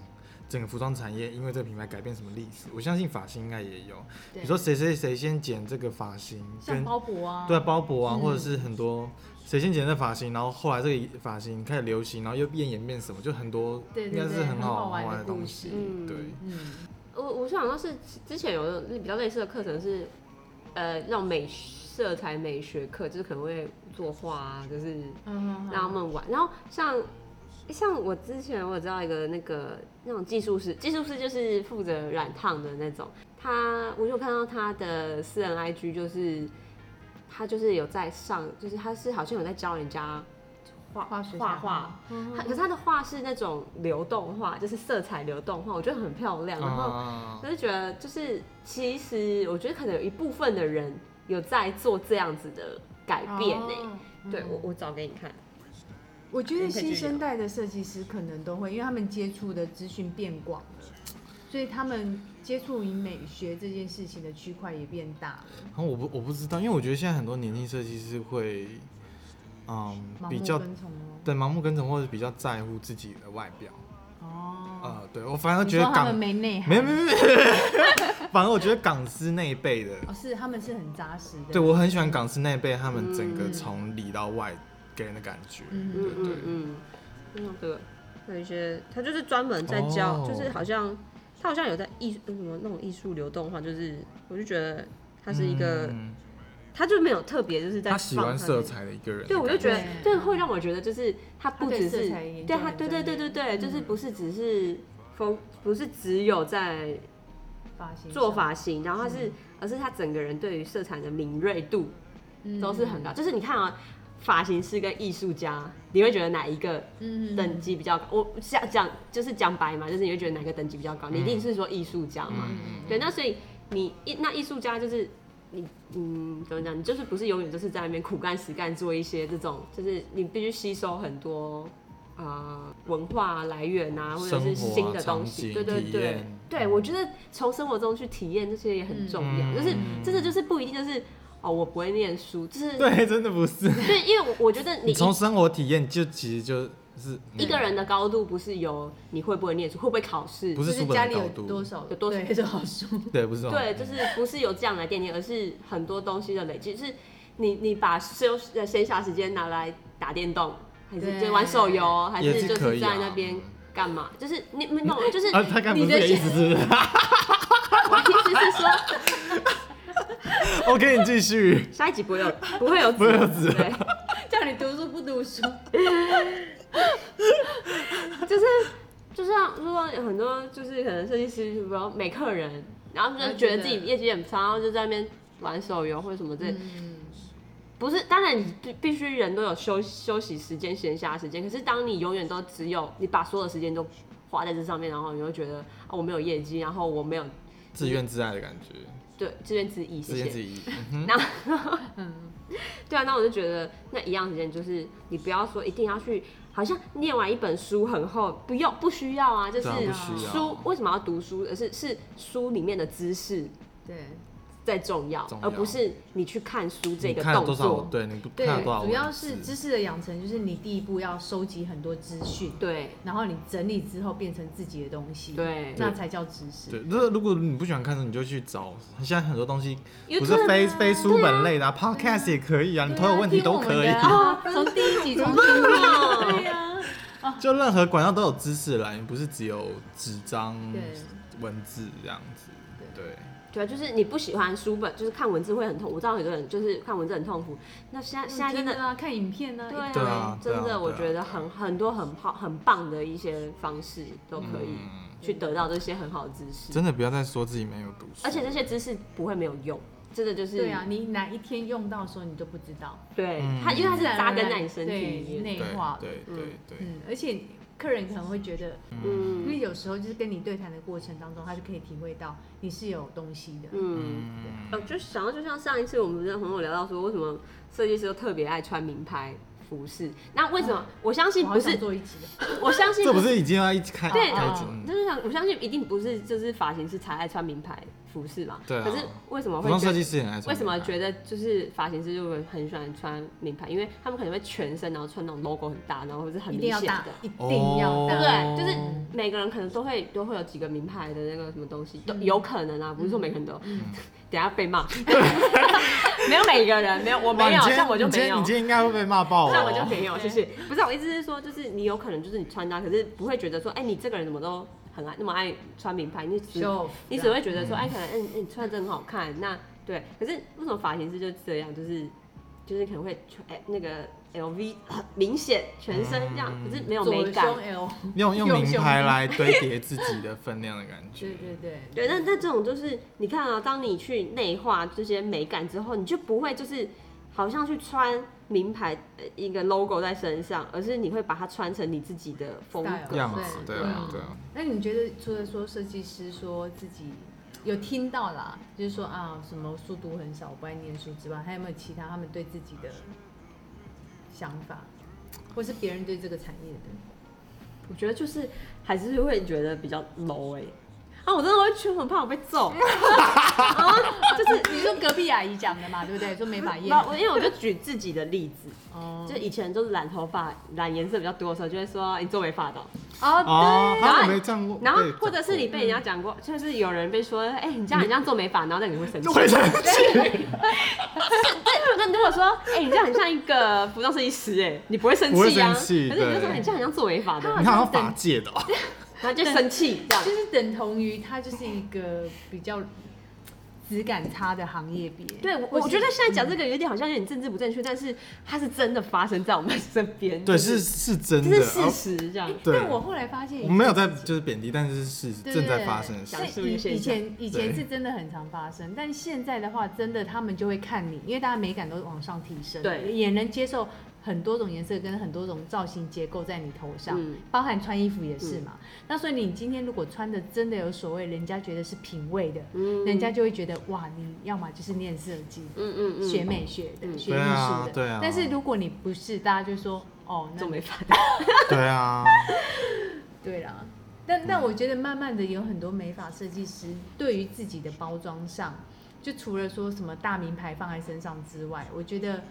S3: 整个服装产业，因为这个品牌改变什么历史。我相信发型应该也有，比
S4: 对
S3: 如说谁谁谁先剪这个发型，
S4: 像
S3: 跟
S4: 包博啊，
S3: 对啊包博啊，
S4: 嗯
S3: 或者是很多谁先剪这发型，然后后来这个发型开始流行，然后又变演变什么，就很多
S4: 对
S3: 应
S4: 对
S3: 该是
S4: 对，很
S3: 好
S4: 玩
S3: 玩的
S4: 故
S3: 东
S4: 事
S3: 西。。
S2: 嗯
S3: 对，
S4: 嗯，
S2: 我我想到是之前有比较类似的课程是，呃，那种美色彩美学课，就是可能会作画啊，就是
S4: 嗯，
S2: 让他们玩。然后像像我之前我知道一个那个那种技术师，技术师就是负责染烫的那种。他我就看到他的私人 IG，就是他就是有在上，就是他是好像有在教人家画
S4: 画水彩
S2: 画画，
S4: 嗯
S2: 他可是他的画是那种流动画，就是色彩流动画，我觉得很漂亮。然后
S3: 啊
S2: 我就觉得，就是其实我觉得可能有一部分的人有在做这样子的改变呢、
S4: 哦
S2: 对我，我找给你看。
S4: 我觉得
S2: 你可以继续
S4: 新生代的设计师可能都会，因为他们接触的资讯变广了，所以他们接触于美学这件事情的区块也变大了。
S3: 然后我不我不知道，因为我觉得现在很多年轻设计师会，嗯，
S4: 盲
S3: 比
S4: 目
S3: 较
S4: 跟从哦
S3: 对盲目跟从，或者比较在乎自己的外表。
S4: 哦，
S3: 呃，对我反而
S4: 你
S3: 觉
S4: 说
S3: 得
S4: 他
S3: 港
S4: 们没内涵，
S3: 没有没有 没有，反而我觉得港师那一辈的，
S4: 哦，是他们是很扎实的。
S3: 对我很喜欢港师那一辈，他们整个
S4: 嗯
S3: 从里到外给人的感觉。
S4: 嗯
S2: 嗯
S3: 对对
S2: 嗯嗯，嗯，对，还有一些他就是专门在教，
S3: 哦
S2: 就是好像他好像有在艺术什么那种艺术流动化，就是我就觉得他是一个，
S3: 嗯
S2: 他就没有特别就是在
S3: 他喜
S2: 放
S3: 欢
S2: 的
S3: 色。彩的一个人的感。
S2: 对，我就觉得
S4: 对
S2: 这会让我觉得，就是他不只
S4: 他
S2: 是
S4: 对色彩研究
S2: 对他，
S4: 很
S2: 对
S4: 专
S2: 对
S4: 业
S2: 对对对，
S4: 嗯
S2: 就是不是只是风，不是只有在
S4: 发型
S2: 做
S4: 上
S2: 发型，然后他是，而是他整个人对于色彩的敏锐度都是很高。就是你看啊，发型师跟艺术家，你会觉得哪一个
S4: 嗯嗯嗯
S2: 等级比较高。我想讲就是讲白嘛，就是你会觉得哪个等级比较高？你一定是说艺术家嘛？对，那所以你艺那艺术家就是你嗯怎么讲？你就是不是永远就是在那边苦干实干做一些这种，就是你必须吸收很多。呃，文化来源啊，或者是
S3: 生活啊
S2: 新的东西，对
S3: 场景
S2: 对
S3: 体
S2: 对
S3: 验，
S2: 对我觉得从生活中去体验这些也很重要，
S3: 嗯
S2: 就是
S3: 嗯
S2: 真的就是不一定就是哦，我不会念书，就是
S3: 对，真的不是。
S2: 对，因为我我觉得你
S3: 你
S2: 一
S3: 从生活体验就其实就是
S2: 一个人的高度不是由你会不会念书、会不会考试，
S3: 不
S4: 就是是
S3: 书本
S4: 家
S3: 的
S4: 里
S3: 高
S4: 有
S3: 度
S4: 多少
S2: 有多少
S4: 对多少书，
S3: 对，不是哦这种
S2: 对， 就是不是由这样来奠定，而是很多东西的累积。就是你你把休呃闲暇时间拿来打电动，还是
S4: 对
S2: 就玩手游，还
S3: 也
S2: 是
S3: 是
S2: 就
S3: 可
S2: 是
S3: 以啊
S2: 在那边干嘛？就是你你懂，就是
S3: 啊，他该不
S2: 你
S3: 是
S2: 的
S3: 这个意
S2: 闲
S3: 思，是不是
S2: 我意思是说
S3: ？OK，你继续。
S2: 下一集不会有不会有不
S3: 会有子
S2: 对。
S4: 叫你读书不读书，
S2: 就是就像说有很多就是可能设计师，比如说没客人，然后就觉得自己业绩很差，然后就在那边玩手游或者什么之类。不是，当然你必必须人都有休休息时间、闲暇时间。可是当你永远都只有你把所有的时间都花在这上面，然后你会觉得啊我没有业绩，然后我没有
S3: 自怨自艾的感觉，
S2: 对自怨自艾，谢
S3: 自
S2: 谢
S3: 怨自艾。嗯
S2: 对啊，那我就觉得那一样时间就是你不要说一定要去，好像念完一本书很厚，不用不需要啊，就是
S3: 对啊不需要
S2: 书为什么要读书，而是是书里面的知识
S4: 对
S2: 在重要，
S3: 重要
S2: 而不是你去看书这
S3: 你
S2: 个
S3: 看了
S2: 动
S3: 多少？
S2: 作。
S3: 对，你不
S4: 对
S3: 看了多少？，
S4: 主要是知。识的养成，就是你第一步要收集很多资讯，
S2: 对
S4: 然后你整理之后变成自己的东西，，
S2: 对，
S4: 那才叫知识。
S3: 对，那如果你不喜欢看书，你就去找。现在很多东西不是
S2: YouTube 啊
S3: 非非书本类的啊，Podcast 也可以啊，你
S4: 对
S3: 头
S4: 啊
S3: 有问题都可以
S4: 听我们，的啊从第一集从听
S2: 哦
S4: 对呀，
S3: 就任何管道都有知识来源，不是只有纸张
S4: 对、
S3: 文字这样子。对，
S2: 对啊，就是你不喜欢书本，就是看文字会很痛。我知道有的人就是看文字很痛苦。那现在现嗯在真的
S4: 听啊，看影片呢，
S2: 对啊，
S3: 对啊
S2: 真
S3: 对
S2: 的，
S3: 啊
S2: 我
S3: 对啊
S2: 觉得很很多很好很棒的一些方式都可以
S3: 嗯
S2: 去得到这些很好的知识。
S3: 真的不要再说自己没有读书，
S2: 而且这些知识不会没有用，真的就是
S4: 对啊，你哪一天用到的时候你都不知道，
S2: 对
S3: 嗯
S2: 它因为它是
S4: 自然而
S2: 扎
S4: 然
S2: 根在你身体里
S4: 对
S2: 面，
S3: 对
S4: 内化了，
S3: 对对对，
S4: 嗯，而且客人可能会觉得因为
S2: 嗯
S4: 有时候就是跟你对谈的过程当中，他就可以体会到你是有东西的。
S2: 嗯。
S3: 嗯
S2: 呃，就想到就像上一次我们跟朋友聊到说，为什么设计师都特别爱穿名牌服饰？那为什么？我相信
S4: 我
S2: 不
S4: 啊好想
S2: 是，
S4: 做一集，
S2: 我相信
S3: 这不是已经要一起看
S2: 对
S3: 开始
S4: 哦
S3: 嗯
S2: 就是想，我相信一定不是，就是发型师才爱穿名牌服饰嘛。
S3: 对啊
S2: 可是为什么
S3: 服
S2: 会
S3: 装
S2: 觉
S3: 设
S2: 得
S3: 计师也很爱穿
S2: 为什么
S3: 名牌
S2: 觉得就是发型师就会很喜欢穿名牌？因为他们可能会全身，然后穿那种 logo 很大，然后或是很
S4: 一
S2: 明
S4: 定要
S2: 显
S4: 大
S2: 的。，
S4: 一定要
S2: 对不
S4: 大。
S3: 哦
S2: 对？就是每个人可能都会都会有几个名牌的那个什么东西，都
S3: 嗯
S2: 有可能啊，不是说每个人都有。 等一下被 骂， 没有每个人，没有我没
S3: 哇你
S2: 有，
S3: 今天
S2: 像我就
S3: 你今
S2: 没
S3: 天
S2: 有
S3: 你。今天应该会被骂爆哦。
S2: 像我就没有，谢谢。不是，我意思是说，就是你有可能就是你穿搭，可是不会觉得说，哎、你这个人怎么都很爱那么爱穿名牌，你只
S4: Show off，
S2: 你
S3: 啊
S2: 只会嗯觉得说，哎、可能，嗯、哎你穿的很好看，那对。可是为什么发型师就这样？就是就是可能会穿哎那个 LV 很明显全身这样，
S3: 嗯
S2: 可是没有
S4: 左
S2: 美感
S4: 胸。L，
S3: 用用
S4: 用
S3: 名
S4: 胸
S3: 牌
S4: 部
S3: 来堆叠自己的分量的感觉。
S4: 对对对
S2: 对，那那这种就是你看啊，当你去内化这些美感之后，你就不会就是好像去穿名牌呃一个 logo 在身上，而是你会把它穿成你自己的风格
S4: Style
S3: 样
S4: 对
S3: 子，
S4: 对
S3: 对啊
S4: 嗯，
S3: 对啊，
S4: 那你觉得，除了说设计师说自己有听到啦，就是说啊，什么书读很少，我不爱念书之外，还有没有其他他们对自己的想法，或是别人对这个产业的？
S2: 我觉得就是还是会觉得比较 low 哎、啊，我真的会觉得很怕我被揍，
S4: 啊就是你说隔壁阿姨讲的嘛，对不对？说美发业
S2: 然，后我因为我就举自己的例子，
S4: 哦
S2: 就以前就是染头发、染颜色比较多的时候，就会说你做美发的哦、
S4: 哦，
S3: 哦，
S2: 然后
S3: 他有没有这样过？
S2: 然后
S3: 被
S2: 或者是你被人家讲过，就是有人被说，哎、你这样你这样做美发，然后那你会生气
S3: 就。会生气，
S2: 那如果说，哎、你这样很像一个服装设计师，哎，你不会生
S3: 不会
S2: 气呀、
S3: 生气
S2: 可是你就说
S3: 对
S2: 你这样很像做美发的，
S3: 你看好像法界的哦，
S2: 然后就生气这样
S4: 就。是等同于它就是一个比较质感差的行业别。
S2: 对，我我
S4: 或是
S2: 觉得现在讲这个有点好像有点政治不正确，但是它是真的发生在我们身边，
S3: 对，
S2: 就是
S3: 是真
S2: 这
S3: 的哦
S2: 是，事实这样。
S3: 对
S4: 但我后来发现，
S3: 我没有在就是贬低，但是是
S4: 对
S3: 正在发生的事
S2: 想。
S4: 对
S2: 是不是
S4: 以以
S2: 现象
S4: 前以前
S3: 对
S4: 是真的很常发生，但现在的话，真的他们就会看你，因为大家美感都往上提升，
S2: 对
S4: 也能接受很多种颜色跟很多种造型结构在你头上，
S2: 嗯
S4: 包含穿衣服也是嘛。那所以你今天如果穿的真的有所谓，人家觉得是品味的，
S2: 嗯
S4: 人家就会觉得哇，你要么就是念设计，
S2: 嗯嗯嗯，
S4: 学美学的，
S2: 嗯
S4: 学艺
S3: 对啊
S4: 术的，
S3: 对啊
S4: 但是如果你不是，大家就说哦，那
S2: 做
S4: 你
S2: 美发的。
S3: 对啊，
S4: 对啦，但
S3: 嗯
S4: 但我觉得慢慢的有很多美发设计师对于自己的包装上，就除了说什么大名牌放在身上之外，我觉得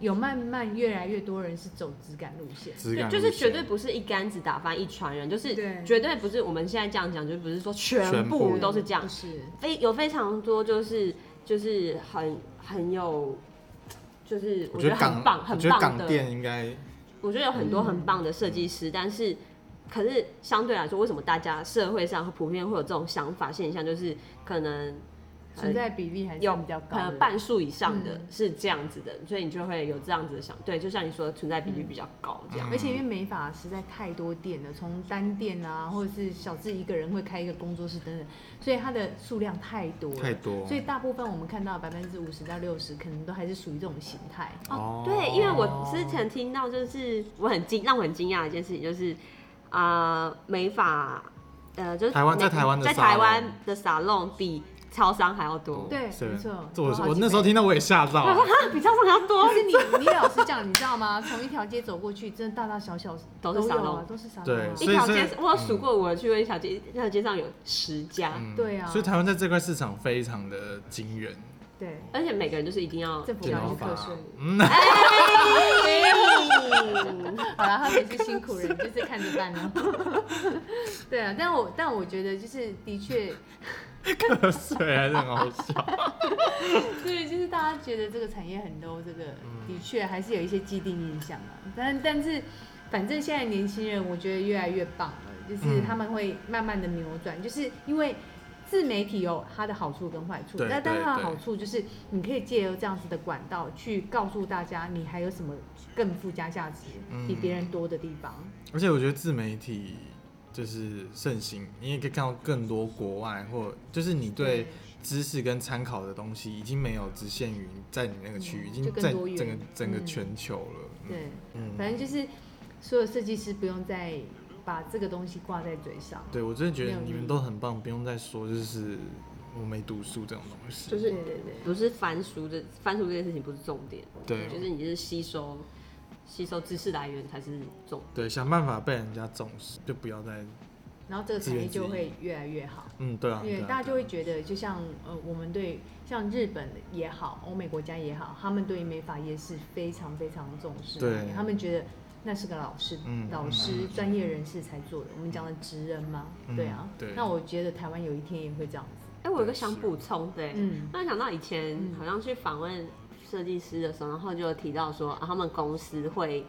S4: 有慢慢越来越多人是走质感路线。
S3: 质
S2: 对，
S3: 感
S2: 就是
S3: 路线
S2: 绝对不是一竿子打翻一船人，就是
S4: 对
S2: 绝对不是我们现在这样讲，就不是说全
S3: 全
S2: 部
S3: 部
S2: 都是这样
S4: 不，是
S2: 非有非常多就是就是很很有，就是我
S3: 我
S2: 觉
S3: 觉
S2: 得
S3: 得
S2: 很
S3: 港，
S2: 棒
S3: 我
S2: 很
S3: 觉得
S2: 棒
S3: 港嗯
S2: 的，
S3: 店应该
S2: 我觉得有很多很棒的设计师，但是可是相对来说，为什么大家社会上普遍会有这种想法现象，就是可能呃
S4: 存在比例还是
S2: 有
S4: 比较
S2: 可
S4: 高
S2: 能
S4: 的。
S2: 半数以上的
S4: 嗯
S2: 是这样子的，所以你就会有这样子的想，对，就像你说的存在比率比较高这样。
S4: 而且因为美发实在太多店了，从单店啊，或者是小智一个人会开一个工作室等等，所以它的数量太多了
S3: 太多
S4: 所以大部分我们看到百分之五十到六十，可能都还是属于这种形态。
S2: 哦
S3: 哦，
S2: 对，因为我之前听到就是我很惊，让我很惊讶的一件事情就是，啊、美发，呃，就是
S3: 台湾
S2: 美
S3: 在台湾的
S2: 在
S3: salon
S2: 台湾的沙龙比超商还要多，
S4: 对，
S3: 是
S4: 没错。
S3: 这我
S4: 多好
S3: 我
S4: 几
S3: 那时候
S4: 倍
S3: 听到我也吓到 了，
S2: 啊，比超商还要多
S4: 可。是你，你老实讲，你知道吗？从一条街走过去，真的大大小小
S2: 都
S4: 都
S2: 是
S4: 有
S2: 沙
S4: 啊
S2: 龙，
S4: 都是沙
S3: 对
S4: 龙啊。
S2: 一
S3: 所以嗯
S2: 条
S3: 这
S2: 街，我有数过，我去过一条街，那条街上有十家，
S3: 嗯
S4: 对啊
S3: 所以台湾在这块市场非常的惊人，
S4: 对，
S2: 而且每个人就是一定要
S4: 政府
S3: 剪
S4: 要
S3: 头
S4: 去
S3: 发
S4: 课税。，
S3: 嗯，
S4: 好啦，他们也是辛苦人，就是看着办哦。 对啊，但我但我觉得就是的确，
S3: 课税还是很好笑，
S4: 对，就是大家觉得这个产业很 low，这个
S3: 嗯
S4: 的确还是有一些既定印象啊。但但是，反正现在年轻人我觉得越来越棒了，就是
S3: 嗯
S4: 他们会慢慢的扭转，就是因为自媒体有它的好处跟坏处。
S3: 对
S4: 那当然它的
S3: 对对
S4: 好处就是你可以借由这样子的管道去告诉大家你还有什么更附加价值
S3: 嗯
S4: 比别人多的地方。
S3: 而且我觉得自媒体就是盛行，你也可以看到更多国外或就是你对。知识跟参考的东西已经没有只限于在你那个区域，已
S4: 嗯
S3: 经
S4: 就更
S3: 在
S4: 多元
S3: 整个整个
S4: 嗯
S3: 全球了。嗯
S4: 对，
S3: 嗯
S4: 反正就是所有设计师不用再把这个东西挂在嘴上。
S3: 对我真的觉
S4: 没
S3: 得
S4: 有
S3: 你们都很棒，不用再说就是我没读书这种东西。
S2: 就是
S4: 对对对
S2: 不是翻书这翻书这件事情不是重点，
S3: 对
S2: 就是你就是吸收吸收知识来源才是重点。
S3: 对，想办法被人家重视，就不要再
S4: 然后这个产业就会越来越好。
S3: 嗯，对啊，
S4: 因
S3: 对
S4: 为
S3: 啊
S4: 大家就
S3: 对啊
S4: 会觉得，就像呃，我们对像日本也好，欧美国家也好，他们对于美发业是非常非常重视的，
S3: 对
S4: 他们觉得那是个老师、
S3: 嗯
S4: 老师、专业人士才做的，我们讲的职人嘛，
S3: 嗯
S4: 对啊。
S3: 对
S4: 那我觉得台湾有一天也会这样子，
S2: 哎、我有个想补充的、欸
S4: 嗯，
S2: 突然想到以前
S4: 嗯
S2: 好像去访问设计师的时候，然后就有提到说、啊他们公司会，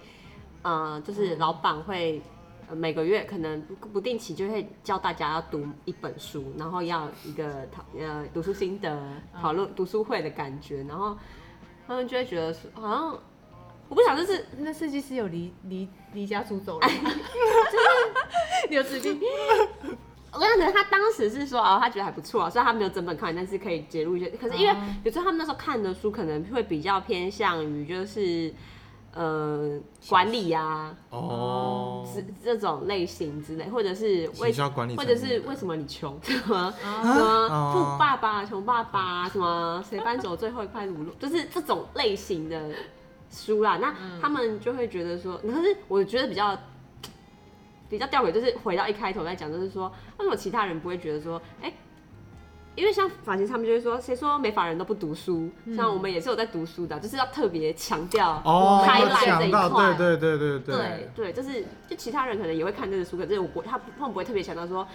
S2: 呃，就是老板会、呃每个月可能不不定期就会教大家要读一本书，然后要一个讨呃读书心得讨论读书会的感觉，然后。他们就会觉得是好像我不晓得这是
S4: 那设计师有离离离家出走了 吗，有指定
S2: 我跟你讲，他当时是说哦，他觉得还不错啊，虽然他没有整本看完，但是可以揭露一些。可是因为
S4: 嗯
S2: 有时候他们那时候看的书，可能会比较偏向于就是呃管理啊，
S3: 哦，
S2: 这这种类型之类，或者是为
S3: 行销管理
S2: 或
S3: 层面，
S2: 者是为什么你穷，什么
S4: 啊
S2: 什么
S3: 哦
S2: 富爸爸、穷爸爸，什么谁搬走最后一块乳酪，就是这种类型的书啦。那他们就会觉得说，可是我觉得比较。比较吊诡，就是回到一开头在讲，就是说为什么其他人不会觉得说，哎、因为像法庭他们就会说，谁说美法人都不读书？像我们也是有在读书的，就是要特别强调
S3: 哦，
S2: 开
S3: 有
S2: 来这
S3: 讲
S2: 一
S3: 到，
S2: 块
S3: 对对对对
S2: 对对，就是就其他人可能也会看这个书，可是我不他不他们不会特别强调说，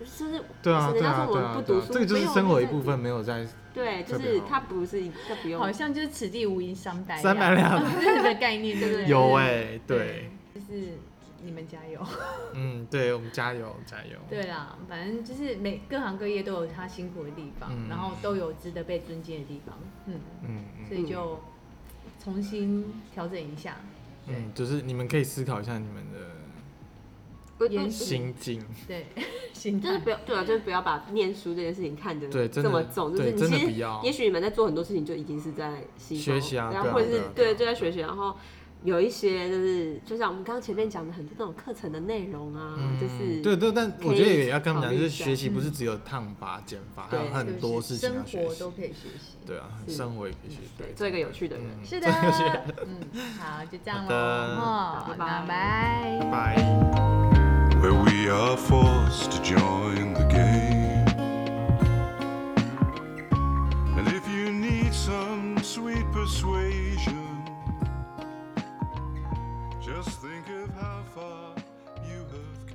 S2: 就是
S3: 对啊
S2: 人
S3: 对啊
S2: 家说我
S3: 对啊
S2: 们不
S3: 对
S2: 读
S3: 啊，
S2: 书，
S3: 这个就是
S2: 没有
S3: 生活一
S2: 在
S3: 部分，没有在
S2: 对，就
S3: 特别
S2: 是
S3: 好
S2: 他不是他不
S4: 好
S2: 用，
S4: 像就是此地无银三百
S3: 三百两
S4: 这个概念，对不对？
S3: 有哎，对，，
S4: 就是你们加油。
S3: 嗯，对我们加油加油，
S4: 对啦，反正就是每各行各业都有他辛苦的地方，
S3: 嗯
S4: 然后都有值得被尊敬的地方，嗯，
S3: 嗯嗯
S4: 所以就重新调整一下，
S3: 嗯，就是你们可以思考一下你们的
S2: 我
S4: 言
S2: 我
S3: 心境，
S4: 对， 心
S2: 就是
S4: 态
S2: 不要对啊，就是不要把念书这件事情看得
S3: 对真
S2: 这
S3: 的
S2: 么重，就是
S3: 对
S2: 你
S3: 真的
S2: 其
S3: 不
S2: 实
S3: 要
S2: 也许你们在做很多事情就已经是在吸收
S3: 学习啊
S2: 然
S3: 对
S2: 后
S3: 啊
S2: 或者是
S3: 对啊对
S2: 对
S3: 啊
S2: 就在学习，然后有一些就是就像我们刚刚前面讲的很多那种课程的内容啊，就是
S3: 嗯对对，但我觉得也要跟他们
S2: 可
S3: 讲，
S2: 以
S3: 就是
S2: 考虑一下嗯
S3: 学习不是只有烫发、剪发，还
S2: 对
S3: 有很多事情要
S4: 生
S3: 学
S4: 活
S3: 习
S4: 都。可以学习。
S3: 对啊，
S2: 是嗯
S3: 生活也必须对，
S2: 做一个有趣的人。
S3: 嗯
S4: 是的，嗯，好，就这
S3: 好
S4: 样喽，
S3: 的
S4: 哦，
S2: 拜
S4: 那
S2: 拜
S4: 拜
S3: 拜。拜。
S1: where we are forced to join the game. And if you need some sweet persuasion, just think of how far you have come.